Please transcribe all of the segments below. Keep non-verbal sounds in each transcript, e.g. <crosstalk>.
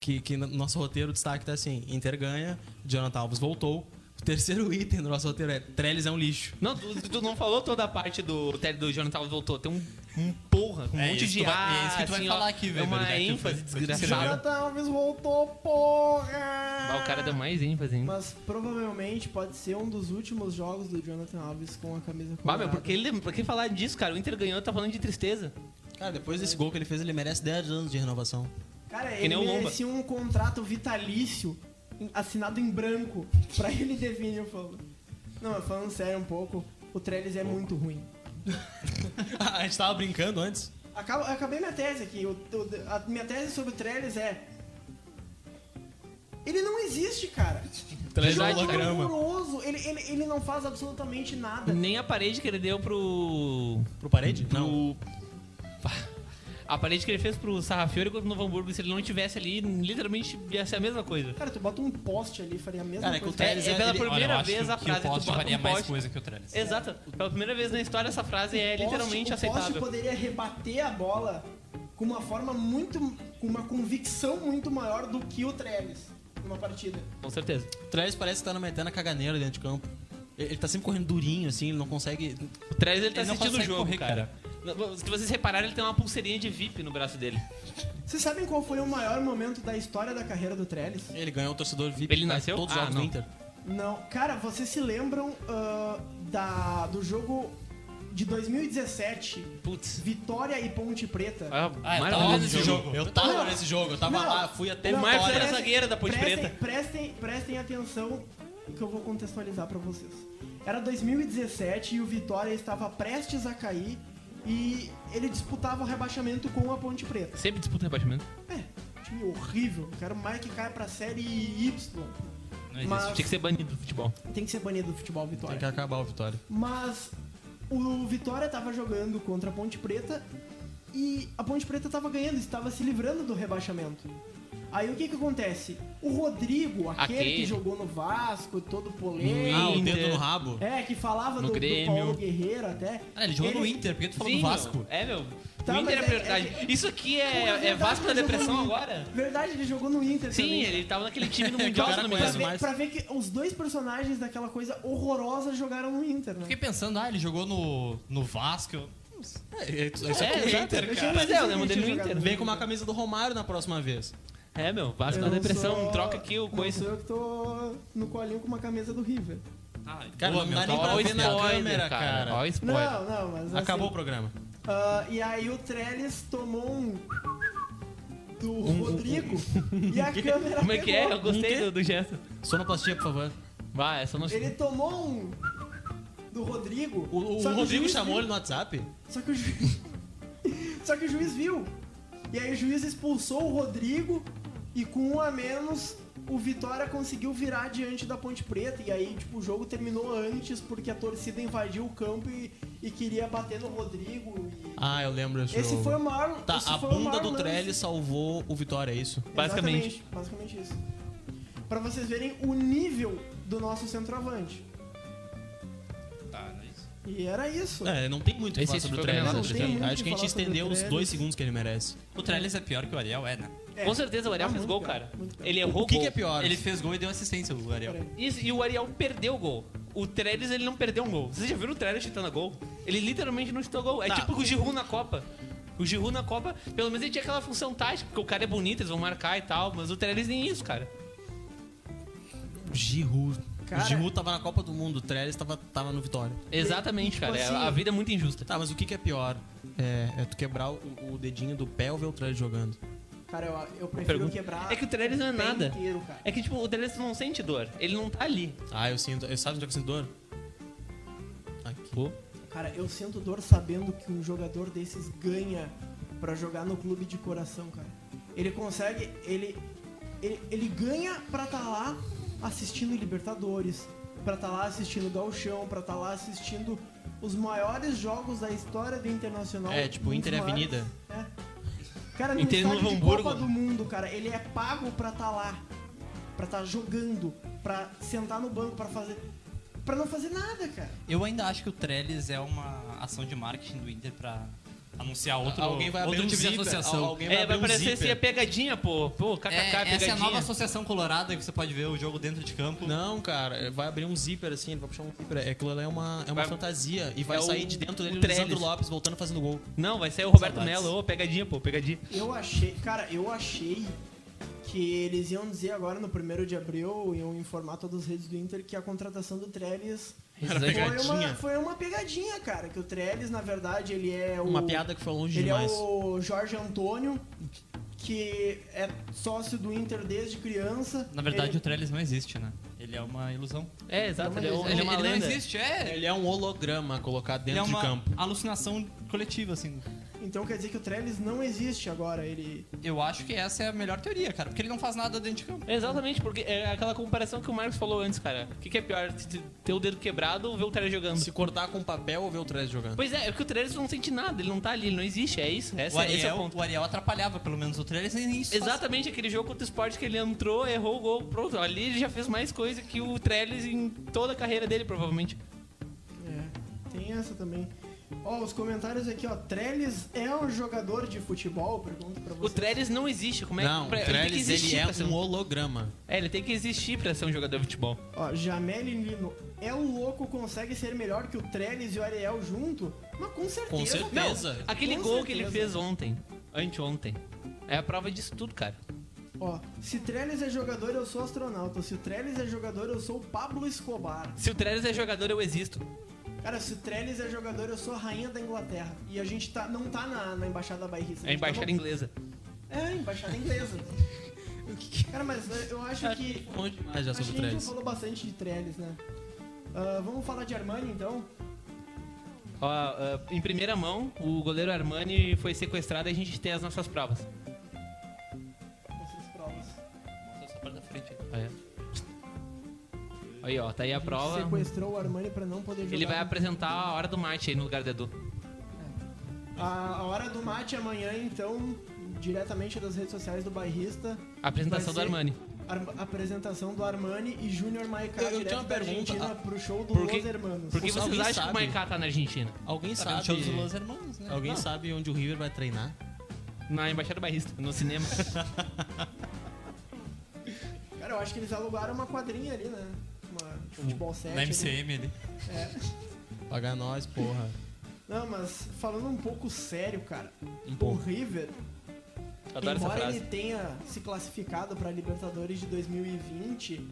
que, que no nosso roteiro o destaque tá assim: Inter ganha, Jonathan Alves voltou. O terceiro <laughs> item do nosso roteiro é Trellis é um lixo. Não, tu, tu não falou toda a parte do Tele do Jonathan Alves voltou. Tem um, um porra, com um É monte isso de que tu vai- ar. é isso que tu vai assim, falar ó. aqui, É velho, Uma já que tu ênfase foi- foi desgraçada. Jonathan Alves voltou, porra! Ah, o cara deu mais ênfase, hein? Mas provavelmente pode ser um dos últimos jogos do Jonathan Alves com a camisa Bah, colorada. meu, por que, ele- por que falar disso, cara? O Inter ganhou, tá falando de tristeza. Cara, depois desse gol que ele fez, ele merece 10 anos de renovação. Cara, Que ele nem o Lomba. merecia um contrato vitalício em- assinado em branco <laughs> pra ele definir o Fala. Não, mas falando sério um pouco, o Trellis é muito ruim. <laughs> a gente tava brincando antes. Acabo- acabei minha tese aqui. O- o- a minha tese sobre o Trellis é. Ele não existe, cara. Trellis é um Verdade, holograma. horroroso. Ele, ele, ele não faz absolutamente nada. Nem a parede que ele deu pro. Pro parede? Não. pro. A parede que ele fez pro Sarrafiori contra o Novo Hamburgo, se ele não tivesse ali, literalmente ia ser a mesma coisa. Cara, tu bota um poste ali, faria a mesma Cara, é que o coisa. Trellis É, é, é pela ele- primeira Olha, eu acho vez que, a que frase o do poste Bota faria um é mais poste. coisa que o Trellis. Exato. Pela primeira vez na história, essa frase é O poste- literalmente O poste aceitável. poderia rebater a bola com uma forma muito. com uma convicção muito maior do que o Trellis numa partida. Com certeza. O Trellis parece que tá numa eterna caganeira dentro de campo. Ele ele tá sempre correndo durinho, assim, ele não consegue. O Trez ele tá Ele não assistindo o consegue jogo, correr, cara. Não, Se vocês repararem, ele tem uma pulseirinha de VIP no braço dele. Vocês sabem qual foi o maior momento da história da carreira do Trellis? Ele ganhou o torcedor VIP. Ele pra nasceu? Todos os Ah, jogos do não. Inter. Não. Cara, vocês se lembram ah, da, do jogo de 2017, Putz. Vitória e Ponte Preta? Ah, Ah, eu tava maravilhoso nesse esse jogo. jogo. Eu tava Não. nesse jogo, eu tava Não. lá, fui até O Não, Marcos prestem- era zagueiro da Ponte prestem, Preta. Prestem, prestem atenção que eu vou contextualizar pra vocês. Era 2017 e o Vitória estava prestes a cair e ele disputava o rebaixamento com a Ponte Preta. Sempre disputa rebaixamento. É, time horrível. Quero mais que caia pra série Y. Não existe. Mas- Tinha que ser banido do futebol. Tem que ser banido do futebol Vitória. Tem que acabar o Vitória. Mas o Vitória estava jogando contra a Ponte Preta e a Ponte Preta estava ganhando, estava se livrando do rebaixamento. Aí o que que acontece? O Rodrigo, aquele, Aquele. que jogou no Vasco, todo polêmico, Ah, o Inter. dedo no rabo. é, que falava No do, do Grêmio. Paulo Guerreiro até. Ah, ele jogou no Inter, por que tu falou do Sim, Vasco? meu. É, meu. Tá, o Inter é mas é- prioridade. é- Isso aqui Pô, é, é verdade, Vasco da ele jogou depressão no Inter. agora? Verdade, ele jogou no Inter Sim, também. ele tava naquele time no É, Mundial, cara, se não me Pra conhece engano. mais. ver, pra ver que os dois personagens daquela coisa horrorosa jogaram no Inter, né? Fiquei pensando, ah, ele jogou no, no Vasco. eu- É, é, é só com o exato. Inter, Eu cara. tinha- Mas é, eu lembro dele no Jogado. Inter. Vem com uma camisa do Romário na próxima vez. É, meu. Vasco Eu da não depressão. sou- Troca aqui o não coisa. sou eu que tô no colinho com uma camisa do River. Ah, Cara, boa, não meu, dá tá nem pra ótimo. ver na câmera, cara. Olha o Não, spoiler. não, mas é assim, Acabou o programa. ah, e aí o Trellis tomou um do Um, Rodrigo e <laughs> a câmera Como é que é? pegou. Eu gostei do, do gesto. Sonoplastia, por favor. Vai, essa eu não Ele tomou um do Rodrigo. O, o- só o que Rodrigo juiz chamou ele viu, no WhatsApp. Só que o juiz <laughs> Só que o juiz viu. E aí o juiz expulsou o Rodrigo e com um a menos o Vitória conseguiu virar diante da Ponte Preta e aí tipo o jogo terminou antes porque a torcida invadiu o campo e, e queria bater no Rodrigo e- Ah, eu lembro desse Esse jogo. foi o maior. Tá, esse a foi o assim. bunda maior do lance. Trellis salvou o Vitória, é isso? Basicamente. Exatamente, basicamente isso. Pra vocês verem o nível do nosso centroavante. Tá, né? não é isso. E era isso. É, não tem muito o que Esse falar sobre o foi o Trellis. melhor acho do que- Trellis. Acho que a gente Falar sobre estendeu o os Trellis. dois segundos que ele merece. O Trellis é pior que o Ariel, é, né? É. Com certeza o Ariel Tá fez muito gol, pior, cara. muito pior. Ele errou O que, gol. É que é pior? Ele fez gol e deu assistência, o Ariel. Isso, e o Ariel perdeu o gol. O Trellis, ele não perdeu um gol. Vocês já viram o Trellis chutando a gol? Ele literalmente não chutou gol. É Tá. tipo o Giroud na Copa. O Giroud na Copa, pelo menos ele tinha aquela função tática, porque o cara é bonito, eles vão marcar e tal, mas o Trellis nem isso, cara. O Giroud. Cara- O Giroud tava na Copa do Mundo, o Trellis tava, tava no Vitória. Exatamente, tipo cara. É- assim- a vida é muito injusta. Tá, mas o que, que é pior? É, é tu quebrar o, o dedinho do pé ou ver o Trellis jogando? Cara, eu, eu prefiro Pergunta. quebrar. É que o Trellis não é o pé nada. Inteiro, cara. É que, tipo, o Trellis não sente dor. Ele não tá ali. Ah, eu sinto. Eu sabe onde é que eu sinto dor? Aqui. Cara, eu sinto dor sabendo que um jogador desses ganha pra jogar no clube de coração, cara. Ele consegue, ele ele, ele ganha pra tá lá assistindo Libertadores, pra tá lá assistindo Galchão, pra tá lá assistindo os maiores jogos da história do Internacional. É, tipo, Um dos Inter e maiores- Avenida. É. Cara, no Inter e estádio Novo de Hamburgo. Copa do Mundo, cara, ele é pago pra tá lá, pra tá jogando, pra sentar no banco, pra fazer pra não fazer nada, cara. Eu ainda acho que o Trellis é uma ação de marketing do Inter pra anunciar outro, Alguém vai abrir outro um tipo de zíper, associação. alguém É, vai abrir um parecer zíper. assim, a pegadinha, pô. Pô, kkk, É, pegadinha. essa é a nova associação colorada que você pode ver o jogo dentro de campo. Não, cara, é, vai abrir um zíper assim, ele vai puxar um zíper. É, Aquilo lá é uma, é uma Vai- fantasia. E vai é o- sair de dentro dele o o Trellis. Lisandro Lopes voltando fazendo gol. Não, vai sair o Roberto Saudades. Melo. Ô, pegadinha, pô, pegadinha. Eu achei, cara, eu achei que eles iam dizer agora no 1 de abril, iam informar todas as redes do Inter que a contratação do Trellis Era foi pegadinha. uma, foi uma pegadinha, cara. Que o Trellis, na verdade, ele é o. Uma piada que foi longe Ele demais. é o Jorge Antônio, que é sócio do Inter desde criança. Na verdade, Ele- o Trellis não existe, né? Ele é uma ilusão. É, exato. Ele, é um- ele, ele é uma ele não lenda. existe, é. Ele é um holograma colocado Ele dentro é de uma campo. alucinação coletiva, assim. Então quer dizer que o Trellis não existe agora. Ele. Eu acho que essa é a melhor teoria, cara. Porque ele não faz nada dentro de campo. Exatamente, porque é aquela comparação que o Marcos falou antes, cara. O que, que é pior, t- t- ter o dedo quebrado ou ver o Trellis jogando? Se cortar com papel ou ver o Trellis jogando. Pois é, é que o Trellis não sente nada, ele não tá ali, ele não existe, é isso. Essa, o, esse é o Ariel, ponto. o Ariel atrapalhava, pelo menos o Trellis nem isso. faz. Exatamente aquele jogo contra o esporte que ele entrou, errou o gol, pronto. Ali ele já fez mais coisa que o Trellis em toda a carreira dele, provavelmente. É, tem essa também. Ó, os comentários aqui, ó. Trellis é um jogador de futebol? Pergunto pra O vocês. Trellis não existe, como é Não, o que... pra- ele tem que Trellis ele existir é pra ser um holograma. É, ele tem que existir pra ser um jogador de futebol. Ó, Jamele Lino, é o louco, consegue ser melhor que o Trellis e o Ariel junto? Mas com certeza. Com certeza. cara. Aquele Com gol que ele certeza. fez ontem, anteontem, é a prova disso tudo, cara. Ó, se Trellis é jogador, eu sou astronauta. Se o Trellis é jogador, eu sou o Pablo Escobar. Se o Trellis é jogador, eu existo. Cara, se o Trellis é jogador, eu sou a rainha da Inglaterra. E a gente tá, não tá na, na embaixada bairrista. É a embaixada inglesa. inglesa. É, <laughs> embaixada inglesa. é? Cara, mas eh, eu acho tá que. Longe demais já acho sobre o que a gente já Trellis. falou bastante de Trellis, né? Ah, vamos falar de Armani então? Ó, ah, em primeira mão, o goleiro Armani foi sequestrado e a gente tem as nossas provas. Nossas provas. É. Aí, ó, tá aí a prova. Sequestrou o Armani pra não poder jogar. Ele vai apresentar a hora do mate aí no lugar do Edu. A, a hora do mate amanhã, então, diretamente das redes sociais do bairrista. A apresentação Vai do ser- Armani. Ar- apresentação do Armani e Júnior Maiká, Eu- eu direto tenho uma da pergunta, Argentina, ah, pro show do por que- Los Hermanos. Por que Alguém vocês acham que sabe? o Maiká tá na Argentina? Alguém Tá vendo sabe. o show dos Los Hermanos, né? Alguém Não. sabe onde o River vai treinar? Na Embaixada Barrista, no <laughs> cinema. Cara, eu acho que eles alugaram uma quadrinha ali, né? Uma de futebol 7. Na MCM ele. Pagar nós, porra. Não, mas falando um pouco sério, cara, Um o pouco. River, Adoro essa embora ele frase. tenha se classificado para Libertadores de 2020,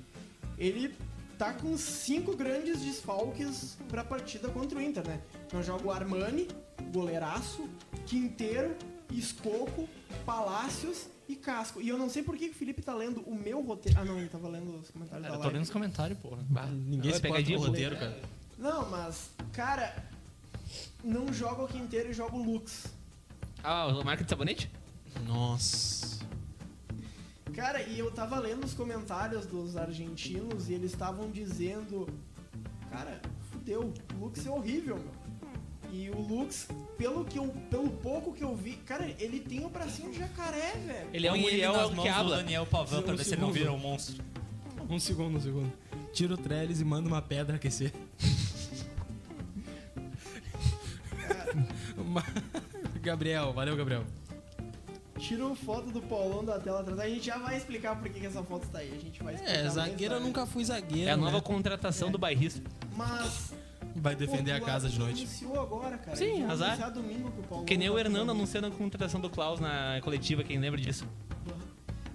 ele tá com cinco grandes desfalques para a partida contra o Inter, né? Então joga o Armani, goleiraço, Quinteiro, Escoco, Palácios e Casco. E eu não sei por que que o Felipe tá lendo o meu roteiro. Ah, não, ele tava lendo os comentários da Eu tô live. lendo os comentários, porra. Bah, Ninguém é se pode pegadinha, no pô. roteiro, cara. Não, mas, cara, não joga o Quinteiro e joga o Lux. Ah, o marca de sabonete? Nossa. Cara, e eu tava lendo os comentários dos argentinos e eles estavam dizendo: Cara, fudeu, o Lux é horrível, meu. E o Lux, pelo, que eu, pelo pouco que eu vi, cara, ele tem o bracinho de jacaré, velho. Ele é um Põe ele é nas o mãos que do <laughs> habla. Daniel Pavan pra Um ver se ele não segundo. vira um monstro. Um segundo, um segundo. Tira o Trellis e manda uma pedra aquecer. Ma- Gabriel, valeu, Gabriel. Tirou foto do Paulão da tela atrás. A gente já vai explicar por que, que essa foto tá aí. A gente vai explicar. É, mais zagueiro eu tarde. nunca fui zagueiro. É a nova né? contratação do bairrista. Mas. Vai defender pô, a tu casa de noite. Anunciou agora, cara. Sim, Ele vai azar. anunciar domingo que o Paulão Que nem tá o Hernando fazendo. anunciando a contratação do Klaus na coletiva, quem lembra disso?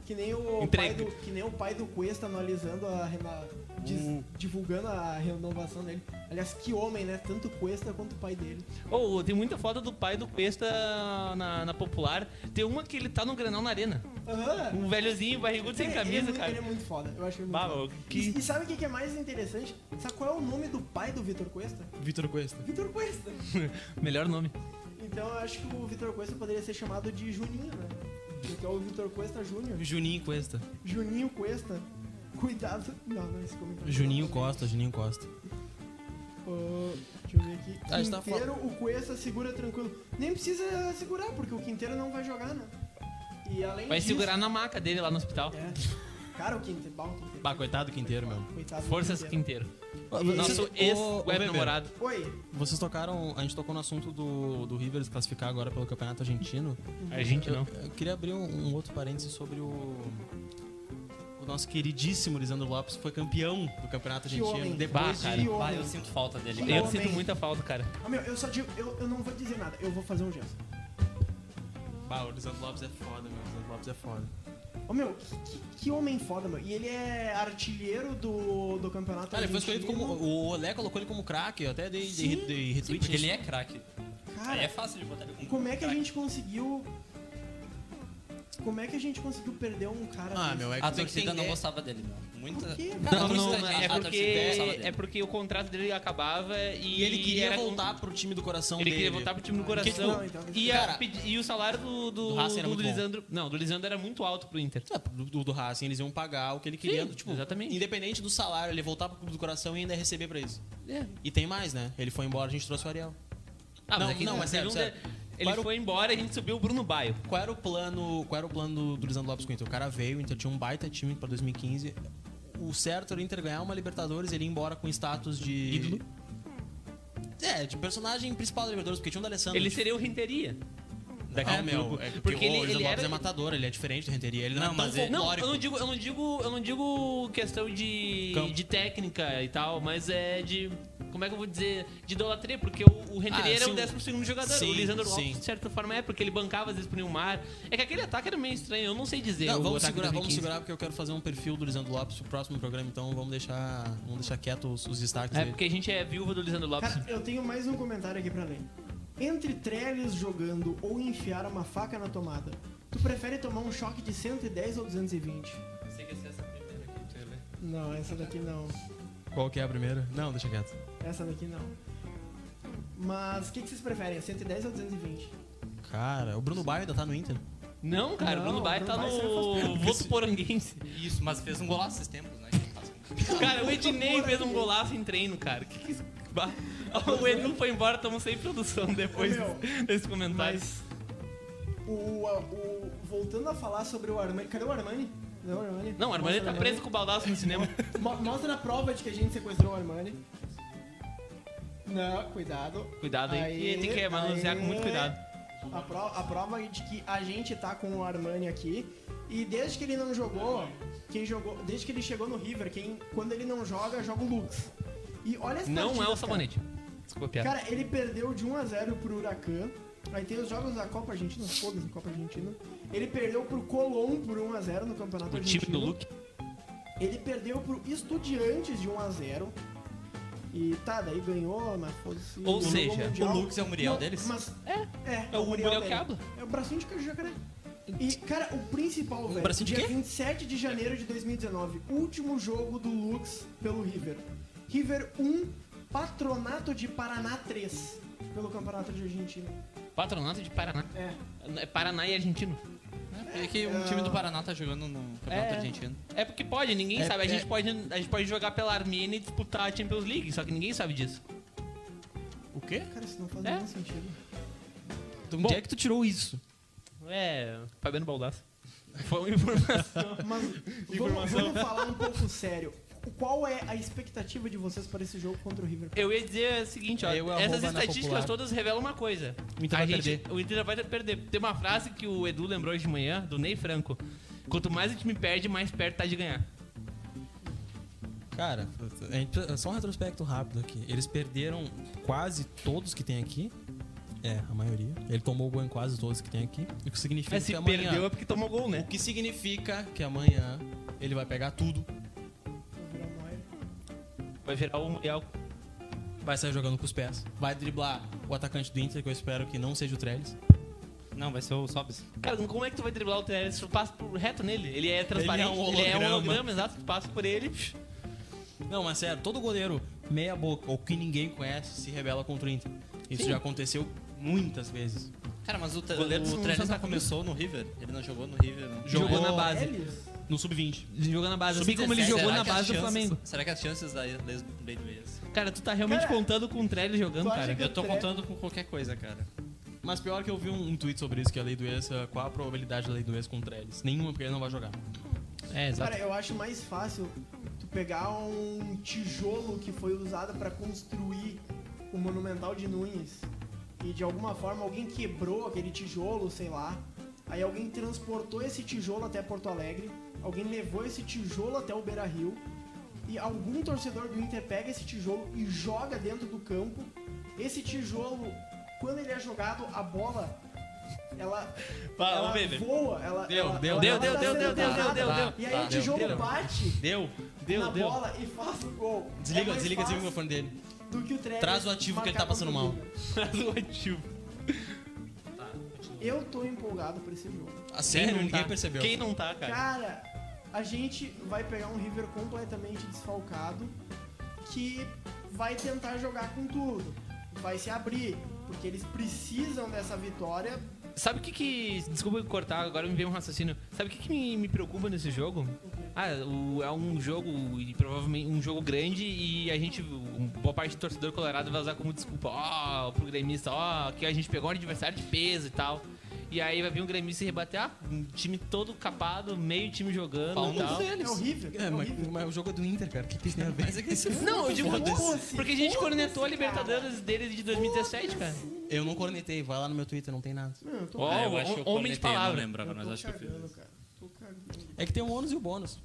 Que nem o, pai Entrega. do, que nem o pai do Cuesta analisando a. rena- diz- Hum. divulgando a renovação dele. Aliás, que homem, né? Tanto o Cuesta quanto o pai dele. Ou tem muita foto do pai do Cuesta na, na popular. Tem uma que ele tá no Granal na Arena. Aham! Um velhozinho, barrigudo sem camisa, ele, é muito- ele é cara. muito foda. Eu acho ele muito Bah, foda. o que- E, e sabe o que que é mais interessante? Sabe qual é o nome do pai do Vitor Cuesta? Vitor Cuesta. Vitor Cuesta. Melhor nome. Então eu acho que o Vitor Cuesta poderia ser chamado de Juninho, né? Então o Vitor Cuesta Júnior. Juninho Cuesta. Juninho Cuesta. Cuidado. Não, não, é esse comentário. Juninho Costa, Juninho Costa. Ô, deixa eu ver aqui. Ah, a gente Quinteiro, tava o Cuesta segura tranquilo. Nem precisa segurar, porque o Quinteiro não vai jogar, né? E além Vai disso, segurar na maca dele lá no hospital. É. Cara, o Quinteiro. Bah, o Quinteiro. Bah, coitado do Quinteiro, meu. Coitado do Forças Quinteiro. Quinteiro. Ô, vocês- Nosso ô, é- ô, Weber, ex-web-namorado. Oi, Vocês tocaram. A gente tocou no assunto do, do River se classificar agora pelo Campeonato Argentino. A gente não. Eu queria abrir um, um outro parênteses sobre o. O nosso queridíssimo Lisandro Lopes que foi campeão do Campeonato Que Argentino. homem. Depois Bah, de- cara. que Bah, homem. eu sinto falta dele. Que Eu homem. sinto muita falta, cara. Ah, meu, eu só digo, eu, eu não vou dizer nada, eu vou fazer um gesto. Bah, o Lisandro Lopes é foda, meu. O Lisandro Lopes é foda. Ô meu, que, que- que homem foda, meu. E ele é artilheiro do, do campeonato. Cara, ele foi escolhido como. argentino. O Olé colocou ele como craque. Eu até dei, dei, Sim. dei Sim, retweet. porque ele é craque. Aí é Cara, fácil de botar ele como como é que a craque. gente conseguiu. Como é que a gente conseguiu perder um cara Ah, desse? meu, é que A tu tem que torcida não entender- gostava dele, meu. Muita... Por quê? Cara, Não, muita não, gente- é a torcida não gostava porque, dele. é porque o contrato dele acabava e. E um- ele queria era com- voltar pro time do coração Ele dele. queria voltar pro time do Porque, coração. tipo, Não, então, e, a- cara, pedi- e o salário do, do, do Racing era do muito bom. Lisandro. Não, do Lisandro era muito alto pro Inter. É, do, do- do Racing, eles iam pagar o que ele queria. Sim, tipo, exatamente. Independente do salário, ele ia voltar pro clube do coração e ainda ia receber pra isso. É. E tem mais, né? Ele foi embora, a gente trouxe o Ariel. Ah, Não, mas aqui não, não, mas sério, sério. Ele Qual era o- foi embora e a gente subiu o Bruno Baio. Qual era o plano, qual era o plano do Lisandro Lopes com o Inter? O cara veio, o Inter tinha um baita time pra 2015. O certo era o Inter ganhar uma Libertadores e ele ir embora com status de. Ídolo. É, de personagem principal da Libertadores, porque tinha um da Alessandro. Ele seria o Renteria. é, meu, grupo. é porque, Porque o ele- Lisandro ele Lopes é era- matador, ele é diferente do Renteria. Ele não, Não, é tão mas é- Então, Não, folclórico. eu não digo, eu não digo, eu não digo questão de, Campo. de técnica e tal, mas é de como é que eu vou dizer, de idolatria, porque o, o Renteria Ah, era sim, o 12 jogador, sim, o Lisandro sim. Lopes de certa forma é porque ele bancava às vezes pro Neymar. É que aquele ataque era meio estranho, eu não sei dizer. Não, o vamos ataque segurar, de vamos 2015. segurar, porque eu quero fazer um perfil do Lisandro Lopes pro próximo programa, então vamos deixar, vamos deixar quieto os, os destaques É dele. porque a gente é viúva do Lisandro Lopes. Cara, eu tenho mais um comentário aqui pra ler. Entre treles jogando ou enfiar uma faca na tomada, tu prefere tomar um choque de 110 ou 220? Sei que essa é essa primeira aqui, tu ia ler. Não, essa daqui não. Qual que é a primeira? Não, deixa quieto. Essa daqui não. Mas o que, que vocês preferem? 110 ou 220? Cara, o Bruno Baio ainda tá no Inter. Não, cara, o Não, Bruno Baio o tá Bruno Baio no <laughs> Votuporanguense. Isso, mas fez um golaço esses tempos, né? que faz um- Cara, o Ednei fez um golaço em treino, cara. Que que isso- Bah. <laughs> O Edu foi embora, estamos sem produção depois Ô, desse comentário. Mas. O, a- o- voltando a falar sobre o Armani. Cadê o Armani? Não, o Armani. Não, o Armani Mostra tá preso com o baldaço no cinema. Mo- Mostra a prova de que a gente sequestrou o Armani. Não, cuidado. Cuidado aí, Aí, tem que manusear aí. com muito cuidado. A, pro- a prova de que a gente tá com o Armani aqui. E desde que ele não jogou, quem jogou. Desde que ele chegou no River, quem, quando ele não joga, joga o Lux. E olha as Não é o partidas, tá cara. sabonete. Desculpa, piada. Cara, ele perdeu de 1x0 pro Huracan. Aí tem os jogos da Copa Argentina, foda-se a Copa Argentina. Ele perdeu pro Colón por 1x0 no Campeonato o Argentino. time do Luke. Ele perdeu pro Estudiantes de 1x0. E tá, daí ganhou, mas foda-se. Ou Ganhou seja, o, Mundial. o Lux é o Muriel Não, deles? Mas, é, é, É o Muriel dele. que habla. É o bracinho de caju jacaré. E, cara, o principal, velho, bracinho de dia quê? 27 de janeiro de 2019, último jogo do Lux pelo River. River 1, Patronato de Paraná 3, pelo Campeonato de Argentina. Patronato de Paraná. É, É Paraná e Argentino. É que um time do Paraná tá jogando no Campeonato É. Argentino. É porque pode, ninguém É, sabe. A é. gente, pode, a gente pode jogar pela Armênia e disputar a Champions League, só que ninguém sabe disso. O quê? cara, isso não faz É? nenhum sentido. Onde Bom. é que tu tirou isso? É, Fabiano Baldasso. <laughs> Foi um uma informação. Mas vamos, vamos falar um pouco sério. Qual é a expectativa de vocês para esse jogo contra o River? Eu ia dizer o seguinte, ó. Eu, essas arroba, na estatísticas popular. todas revelam uma coisa. O Inter A vai gente- O Inter vai perder. Tem uma frase que o Edu lembrou hoje de manhã, do Ney Franco. Quanto mais o time perde, mais perto tá de ganhar. Cara, a gente precisa- só um retrospecto rápido aqui. Eles perderam quase todos que tem aqui. É, a maioria. Ele tomou gol em quase todos que tem aqui. O que significa Mas que se amanhã... perdeu é porque tomou gol, O né? que significa que amanhã ele vai pegar tudo, Vai virar o Mundial. vai sair jogando com os pés, vai driblar o atacante do Inter, que eu espero que não seja o Trellis. Não, vai ser o Sobis. Cara, como é que tu vai driblar o Teles se tu passa por reto nele? Ele é transparente, ele é um holograma, holograma. exato. Tu passa por ele. psh. Não, mas sério, todo goleiro meia boca, ou que ninguém conhece, se rebela contra o Inter. Isso já aconteceu muitas vezes. Cara, mas o, te- Goleiro do o Trellis Santa não Cruz. começou no River? Ele não jogou no River, né? não? Jogou, Jogou na base. No sub-20. Ele jogou na base. Sub-17, Assim como ele jogou será na que as base do chances- Flamengo. Será que as chances da Leis do Blade Wales? Cara, tu tá realmente Cara, contando com o Trellis jogando, tu acha cara. que Eu tô Tre- contando com qualquer coisa, cara. Mas pior é, que eu vi um, um tweet sobre isso, que a lei do ex, eh, qual a probabilidade da lei do ex com o Trellis? Nenhuma, porque ele não vai jogar. É, exato. Cara, eu acho mais fácil tu pegar um tijolo que foi usado pra construir o Monumental de Nunes e de alguma forma alguém quebrou aquele tijolo, sei lá. Aí alguém transportou esse tijolo até Porto Alegre, alguém levou esse tijolo até o Beira Rio e algum torcedor do Inter pega esse tijolo e joga dentro do campo. Esse tijolo, quando ele é jogado, a bola ela, Vai, ela ô, Weber. voa, ela Deu, ela- deu, ela- deu, ela deu, tá deu, deu, deu, sentada. deu, deu, E deu. aí o Tá, deu, tijolo deu. bate Deu, deu, <laughs> na deu. bola e faz o gol. Desliga, É mais desliga, desliga o fácil microfone dele. Do que o Trevis Traz o ativo que ele tá marcar passando contra o mal. River. Traz o ativo. Eu tô empolgado pra esse jogo. A Quem sério, não ninguém tá? percebeu. Quem não tá, cara? Cara, a gente vai pegar um River completamente desfalcado que vai tentar jogar com tudo. Vai se abrir, porque eles precisam dessa vitória. Sabe o que que... Desculpa eu cortar, agora me veio um raciocínio. Sabe o que que me, me preocupa nesse jogo? Ah, o- é um jogo, e provavelmente um jogo grande e a gente, um- boa parte do torcedor colorado vai usar como desculpa, ó, pro gremista, ó, que a gente pegou um adversário de peso e tal. E aí vai vir um gremista e rebater, ah, um time todo capado, meio time jogando Pau e no tal. cu deles. É horrível. É, mas, mas o jogo é do Inter, cara. O que, que isso tem a ver? Mas é que <laughs> isso Não, eu digo Foda-se, porque a gente foda-se, cornetou a cara. Libertadores deles de 2017, cara. Eu não cornetei, vai lá no meu Twitter, não tem nada. Não, eu tô, Ó, Ah, eu acho que eu hom- homem de cornetei, eu não palavra. lembrava, mas eu tô acho que eu cagando, fiz. cara. Tô cagando. É que tem o ônus e o bônus.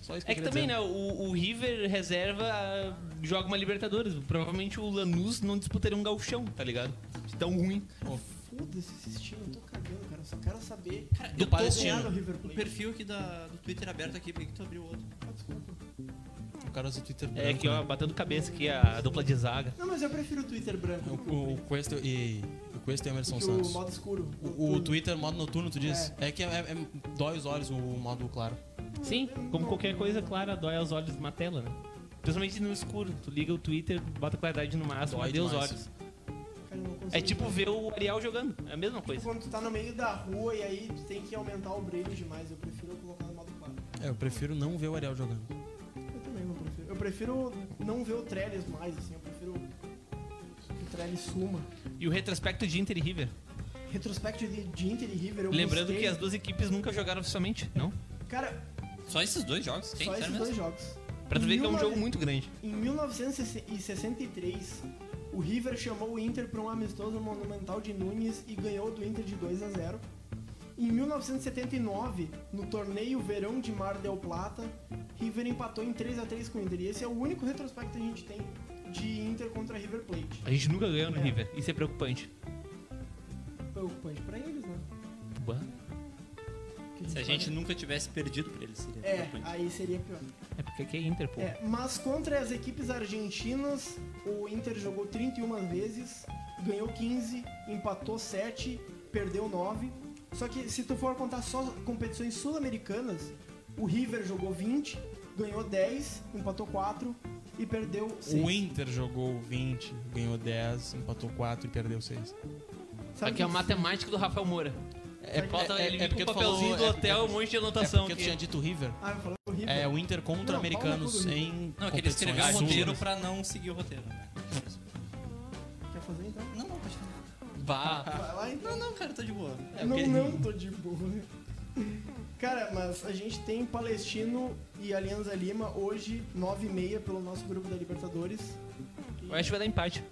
Só isso que É que eu queria também, dizer. né? O, o River reserva ah, joga uma Libertadores. Provavelmente o Lanús não disputaria um galchão, tá ligado? De tão ruim. Foda-se esse time, eu tô cagando, cara. Eu só quero saber. Cara, Do eu tô Palestino. ganhar com do River o Plate. perfil aqui da, do Twitter aberto aqui, por que que tu abriu outro? Ah, desculpa. O cara usa o Twitter branco. É que, ó, né? batendo cabeça aqui a dupla de zaga. Não, mas eu prefiro o Twitter branco. do que O, o Quest e o Quest e o Emerson que Santos. o modo escuro. O, o Twitter. Twitter modo noturno, tu diz? É, que é, é- é- dói os olhos o modo claro. Sim, como qualquer coisa, clara, dói aos olhos de uma tela, né? Principalmente no escuro. Tu liga o Twitter, bota a claridade no máximo, Dói deu os demais. olhos. Cara, eu não consigo É tipo mais. ver o Arial jogando. É a mesma Tipo, coisa. Quando tu tá no meio da rua e aí tu tem que aumentar o brilho demais, eu prefiro colocar no modo 4. É, eu prefiro não ver o Ariel jogando. Eu também não prefiro. Eu prefiro não ver o Trellis mais, assim, eu prefiro que o Trellis suma. E o retrospecto de Inter e River. Retrospecto de, de Inter e River, eu Lembrando busquei- que as duas equipes nunca jogaram oficialmente, não? Cara, Só esses dois jogos? Tem, só esses sério mesmo? dois jogos. Pra tu ver que é um 19 jogo muito grande. Em 1963, o River chamou o Inter para um amistoso monumental de Nunes e ganhou do Inter de 2 a 0. Em 1979, no torneio Verão de Mar del Plata, River empatou em 3 a 3 com o Inter. E esse é o único retrospecto que a gente tem de Inter contra River Plate. A gente nunca ganhou no É. River. Isso é preocupante. Preocupante pra eles, né? Bah. Que Se a gente fala- nunca tivesse perdido pra eles, seria É, preocupante. aí seria pior. É porque aqui é Inter, pô. É, mas contra as equipes argentinas, o Inter jogou 31 vezes, ganhou 15, empatou 7, perdeu 9. Só que se tu for contar só competições sul-americanas, o River jogou 20, ganhou 10, empatou 4 e perdeu 6. O Inter jogou 20, ganhou 10, empatou 4 e perdeu 6. Tá Sabe aqui é a que- matemática do Rafael Moura. É, Falta é- ele é vir com porque um tu falou- papelzinho do é- hotel, um monte de É, anotação. porque tu aqui. tinha dito River. Ah, eu falei o River. É, o Inter contra Não, americanos pau no cu do em Não, é que ele escreveu um competições roteiro sul- pra não seguir o roteiro. né? Quer fazer então? Não, não, pode falar. Bah. Vai lá então. Não, não, cara, tá de boa. É, não, porque- não, tô de boa. Cara, mas a gente tem Palestino e Alianza Lima hoje, 9h30, pelo nosso grupo da Libertadores. Eu acho que vai dar empate.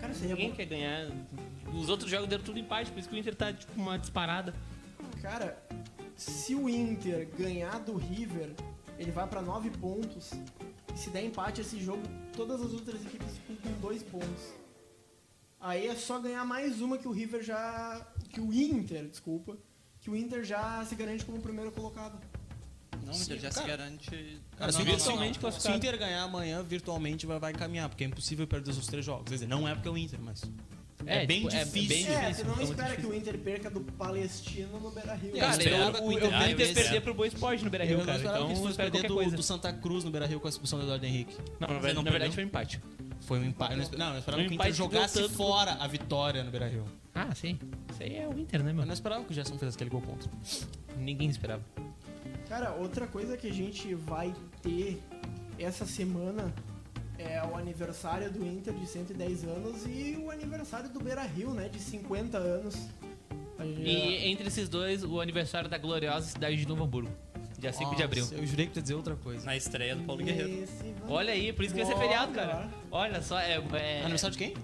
Cara, seria Ninguém bom. quer ganhar. Os outros jogos deram tudo empate, por isso que o Inter tá tipo uma disparada. é? Cara, se o Inter ganhar do River, ele vai pra 9 pontos. E se der empate esse jogo, todas as outras equipes ficam com 2 pontos. Aí é só ganhar mais uma que o River já. que o Inter, desculpa. Que o Inter já se garante como primeiro colocado. Não, Sim, Inter já se cara. garante. Cara, não, se, o Inter- se o- não, não, não, não. virtualmente se o classificado. Inter ganhar amanhã, virtualmente vai, vai caminhar, porque é impossível perder os três jogos. Quer dizer, não é porque é o Inter, mas. É bem tipo, difícil. É bem É, difícil. você não espera que o Inter perca do Palestino no Beira Rio. Cara, Cara, espero eu, o o Inter- Inter ah, eu- perder pro Boa Esporte no Beira Rio, eu não cara. esperava Então que eu fosse espero perder qualquer do, coisa. do Santa Cruz no Beira Rio com a expulsão do Eduardo Henrique. Não, na Você verdade, não na verdade perdeu? foi um empate. Foi um empate. Eu não esper- Não, eu esperava Um que o Inter empate que deu jogasse tanto- fora a vitória no Beira Rio. Ah, sim. Isso aí é o Inter, né, Eu mano? não esperava que o Gerson fizesse aquele gol contra. Ninguém esperava. Cara, outra coisa que a gente vai ter essa semana é o aniversário do Inter de 110 anos e o aniversário do Beira Rio, né? De 50 anos. A gente- E entre esses dois, o aniversário da gloriosa cidade de Novo Hamburgo. Dia 5 de abril. Nossa, Eu jurei que tu ia dizer outra coisa. Na estreia do Paulo Guerreiro. Esse vai- Olha aí, por isso que vai ser Boa, feriado, cara. cara. Olha só, é. é... Ah, Aniversário de quem?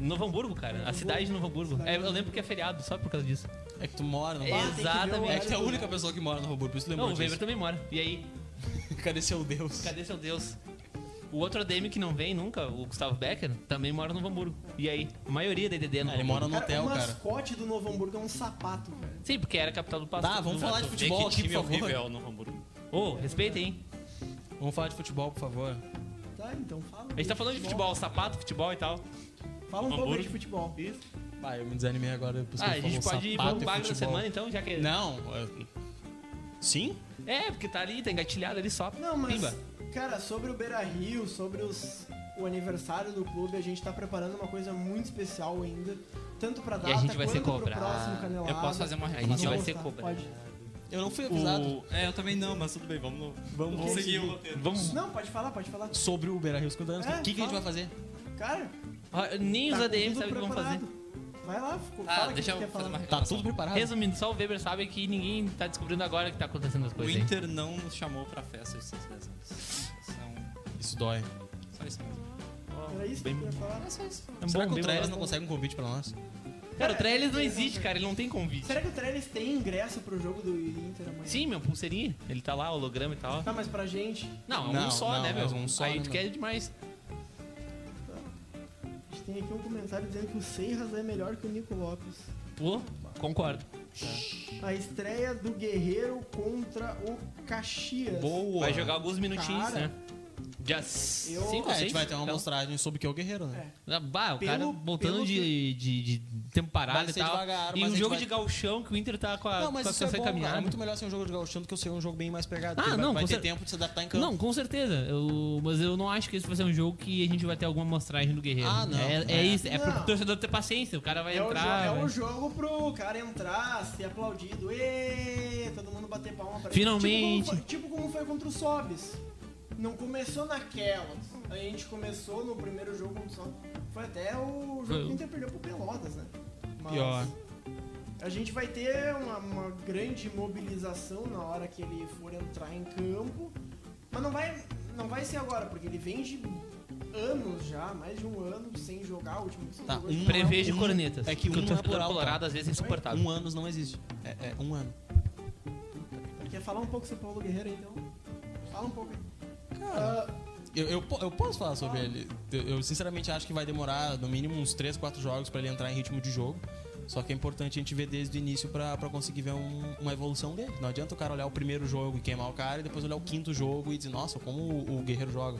Novo Hamburgo, cara. A cidade de Novo Hamburgo. É, eu lembro que é feriado, só por causa disso. É que tu mora no É, Hamburgo. Exatamente. É que tu é a única pessoa que mora no Hamburgo, por isso tu Não, lembrou o Weber um disso. também mora. E aí, <laughs> Cadê seu Deus? cadê seu Deus? O outro ADM que não vem nunca, o Gustavo Becker, também mora no Novo Hamburgo. E aí, a maioria da DDD é no Ah, Novo ele mora Hamburgo. no hotel, o cara. mascote do Novo Hamburgo é um sapato, velho. Sim, porque era a capital do pasto. Tá, vamos do- falar de Tu vê futebol que aqui, time por favor. horrível é o Novo Hamburgo. Ô, respeita, hein? Vamos falar de futebol, por favor. Tá, então fala. A gente tá falando de futebol, sapato, futebol e tal. Fala um pouco aí Hamburgo. de futebol. Isso. Bah, Ah, eu me desanimei agora. depois que Ah, a ele gente falou pode ir sapato pro e bagulho da futebol. semana, então, já que... Não. eu- Sim? É, porque tá ali, tá engatilhado ali só. Não, mas, Pimba. cara, sobre o Beira Rio, sobre os- o aniversário do clube, a gente tá preparando uma coisa muito especial ainda. Tanto pra data a gente vai quanto ser pro cobrado. próximo canelada. Eu posso fazer uma A gente reclamação? vai Não, ser tá, cobrado. pode. Eu não fui avisado. O... É, eu também não, mas tudo bem, vamos, no... vamos, Vamos seguir o roteiro. Vamos. Não, pode falar, pode falar. Sobre o Beira Rio Escudando. É, O que, que a gente fala. vai fazer? Cara, Ah, Nem os tá ADM tudo sabem o que vão fazer. preparado. Vai lá, fico- Ah, fala o que você deixa eu quer fazer falar. uma Tá reclamação. tudo preparado? Resumindo, só o Weber sabe que ninguém tá descobrindo agora que tá acontecendo as O coisas. hein? Inter não nos chamou pra festa de 6 anos. São... Isso dói. Só isso mesmo. Era isso que eu queria falar. É só isso. É um Será bom, que o bem Trellis bom. não consegue um convite pra nós? Cara, o Trellis não existe, cara, ele não tem convite. Será que o Trellis tem ingresso pro jogo do Inter amanhã? Sim, meu, pulseirinha. Ele tá lá, holograma e tal. Tá, mas pra gente, Não, é um Não, só, não, né, meu? é um só, Aí né, tu meu? quer demais. a gente tem aqui um comentário dizendo que o Seiras é melhor que o Nico Lopes. Pô, concordo. A estreia do Guerreiro contra o Caxias. Boa! Vai jogar alguns minutinhos, Cara. né? Já 5 Eu- ou 6? É, a gente vai ter uma um- amostragem sobre o que é o Guerreiro, né? É. Bah, o cara Pelo- voltando pelo de, de, de tempo parado Vai e ser tal. devagar, e mas um a gente jogo vai- de gauchão que o Inter tá com a, Não, mas com isso a é situação bom, cara. É encaminhada. muito melhor ser um jogo de gauchão do que ser um jogo bem mais pegado. Ah, porque vai, não, vai com ter cer- tempo de se adaptar em campo. Não, com certeza. Eu- mas eu não acho que esse vai ser um jogo que a gente vai ter alguma amostragem do Guerreiro. Ah, não. É, é isso. É pro Não. torcedor ter paciência. O cara vai É, o entrar. né? jo- é vai- um jogo pro cara entrar, ser aplaudido, ê, todo mundo bater palma pra ele. Finalmente. Tipo como, foi, tipo como foi contra o Sobis. Não começou naquelas. A gente começou no primeiro jogo contra o Sobis. Foi até o jogo Foi que o- o Inter perdeu pro Pelotas, né? Mas Pior. A gente vai ter uma, uma grande mobilização na hora que ele for entrar em campo. Mas não vai, não vai ser agora, porque ele vem de anos já, mais de um ano sem jogar o último. que Tá, jogou, é acho um que ano- Prevejo um- cornetas. é que Porque um o é torcedor plural, colorado às vezes é insuportável. Um ano não existe. É, é um ano. Quer falar um pouco sobre Paulo Guerreiro, então? Fala um pouco. aí. Ah, Eu, eu, po- eu posso falar sobre ele. Eu, eu sinceramente acho que vai demorar no mínimo uns 3, 4 jogos pra ele entrar em ritmo de jogo. Só que é importante a gente ver desde o início pra pra conseguir ver um- uma evolução dele. Não adianta o cara olhar o primeiro jogo e queimar o cara e depois olhar o quinto jogo e dizer, nossa, como o, o Guerreiro joga.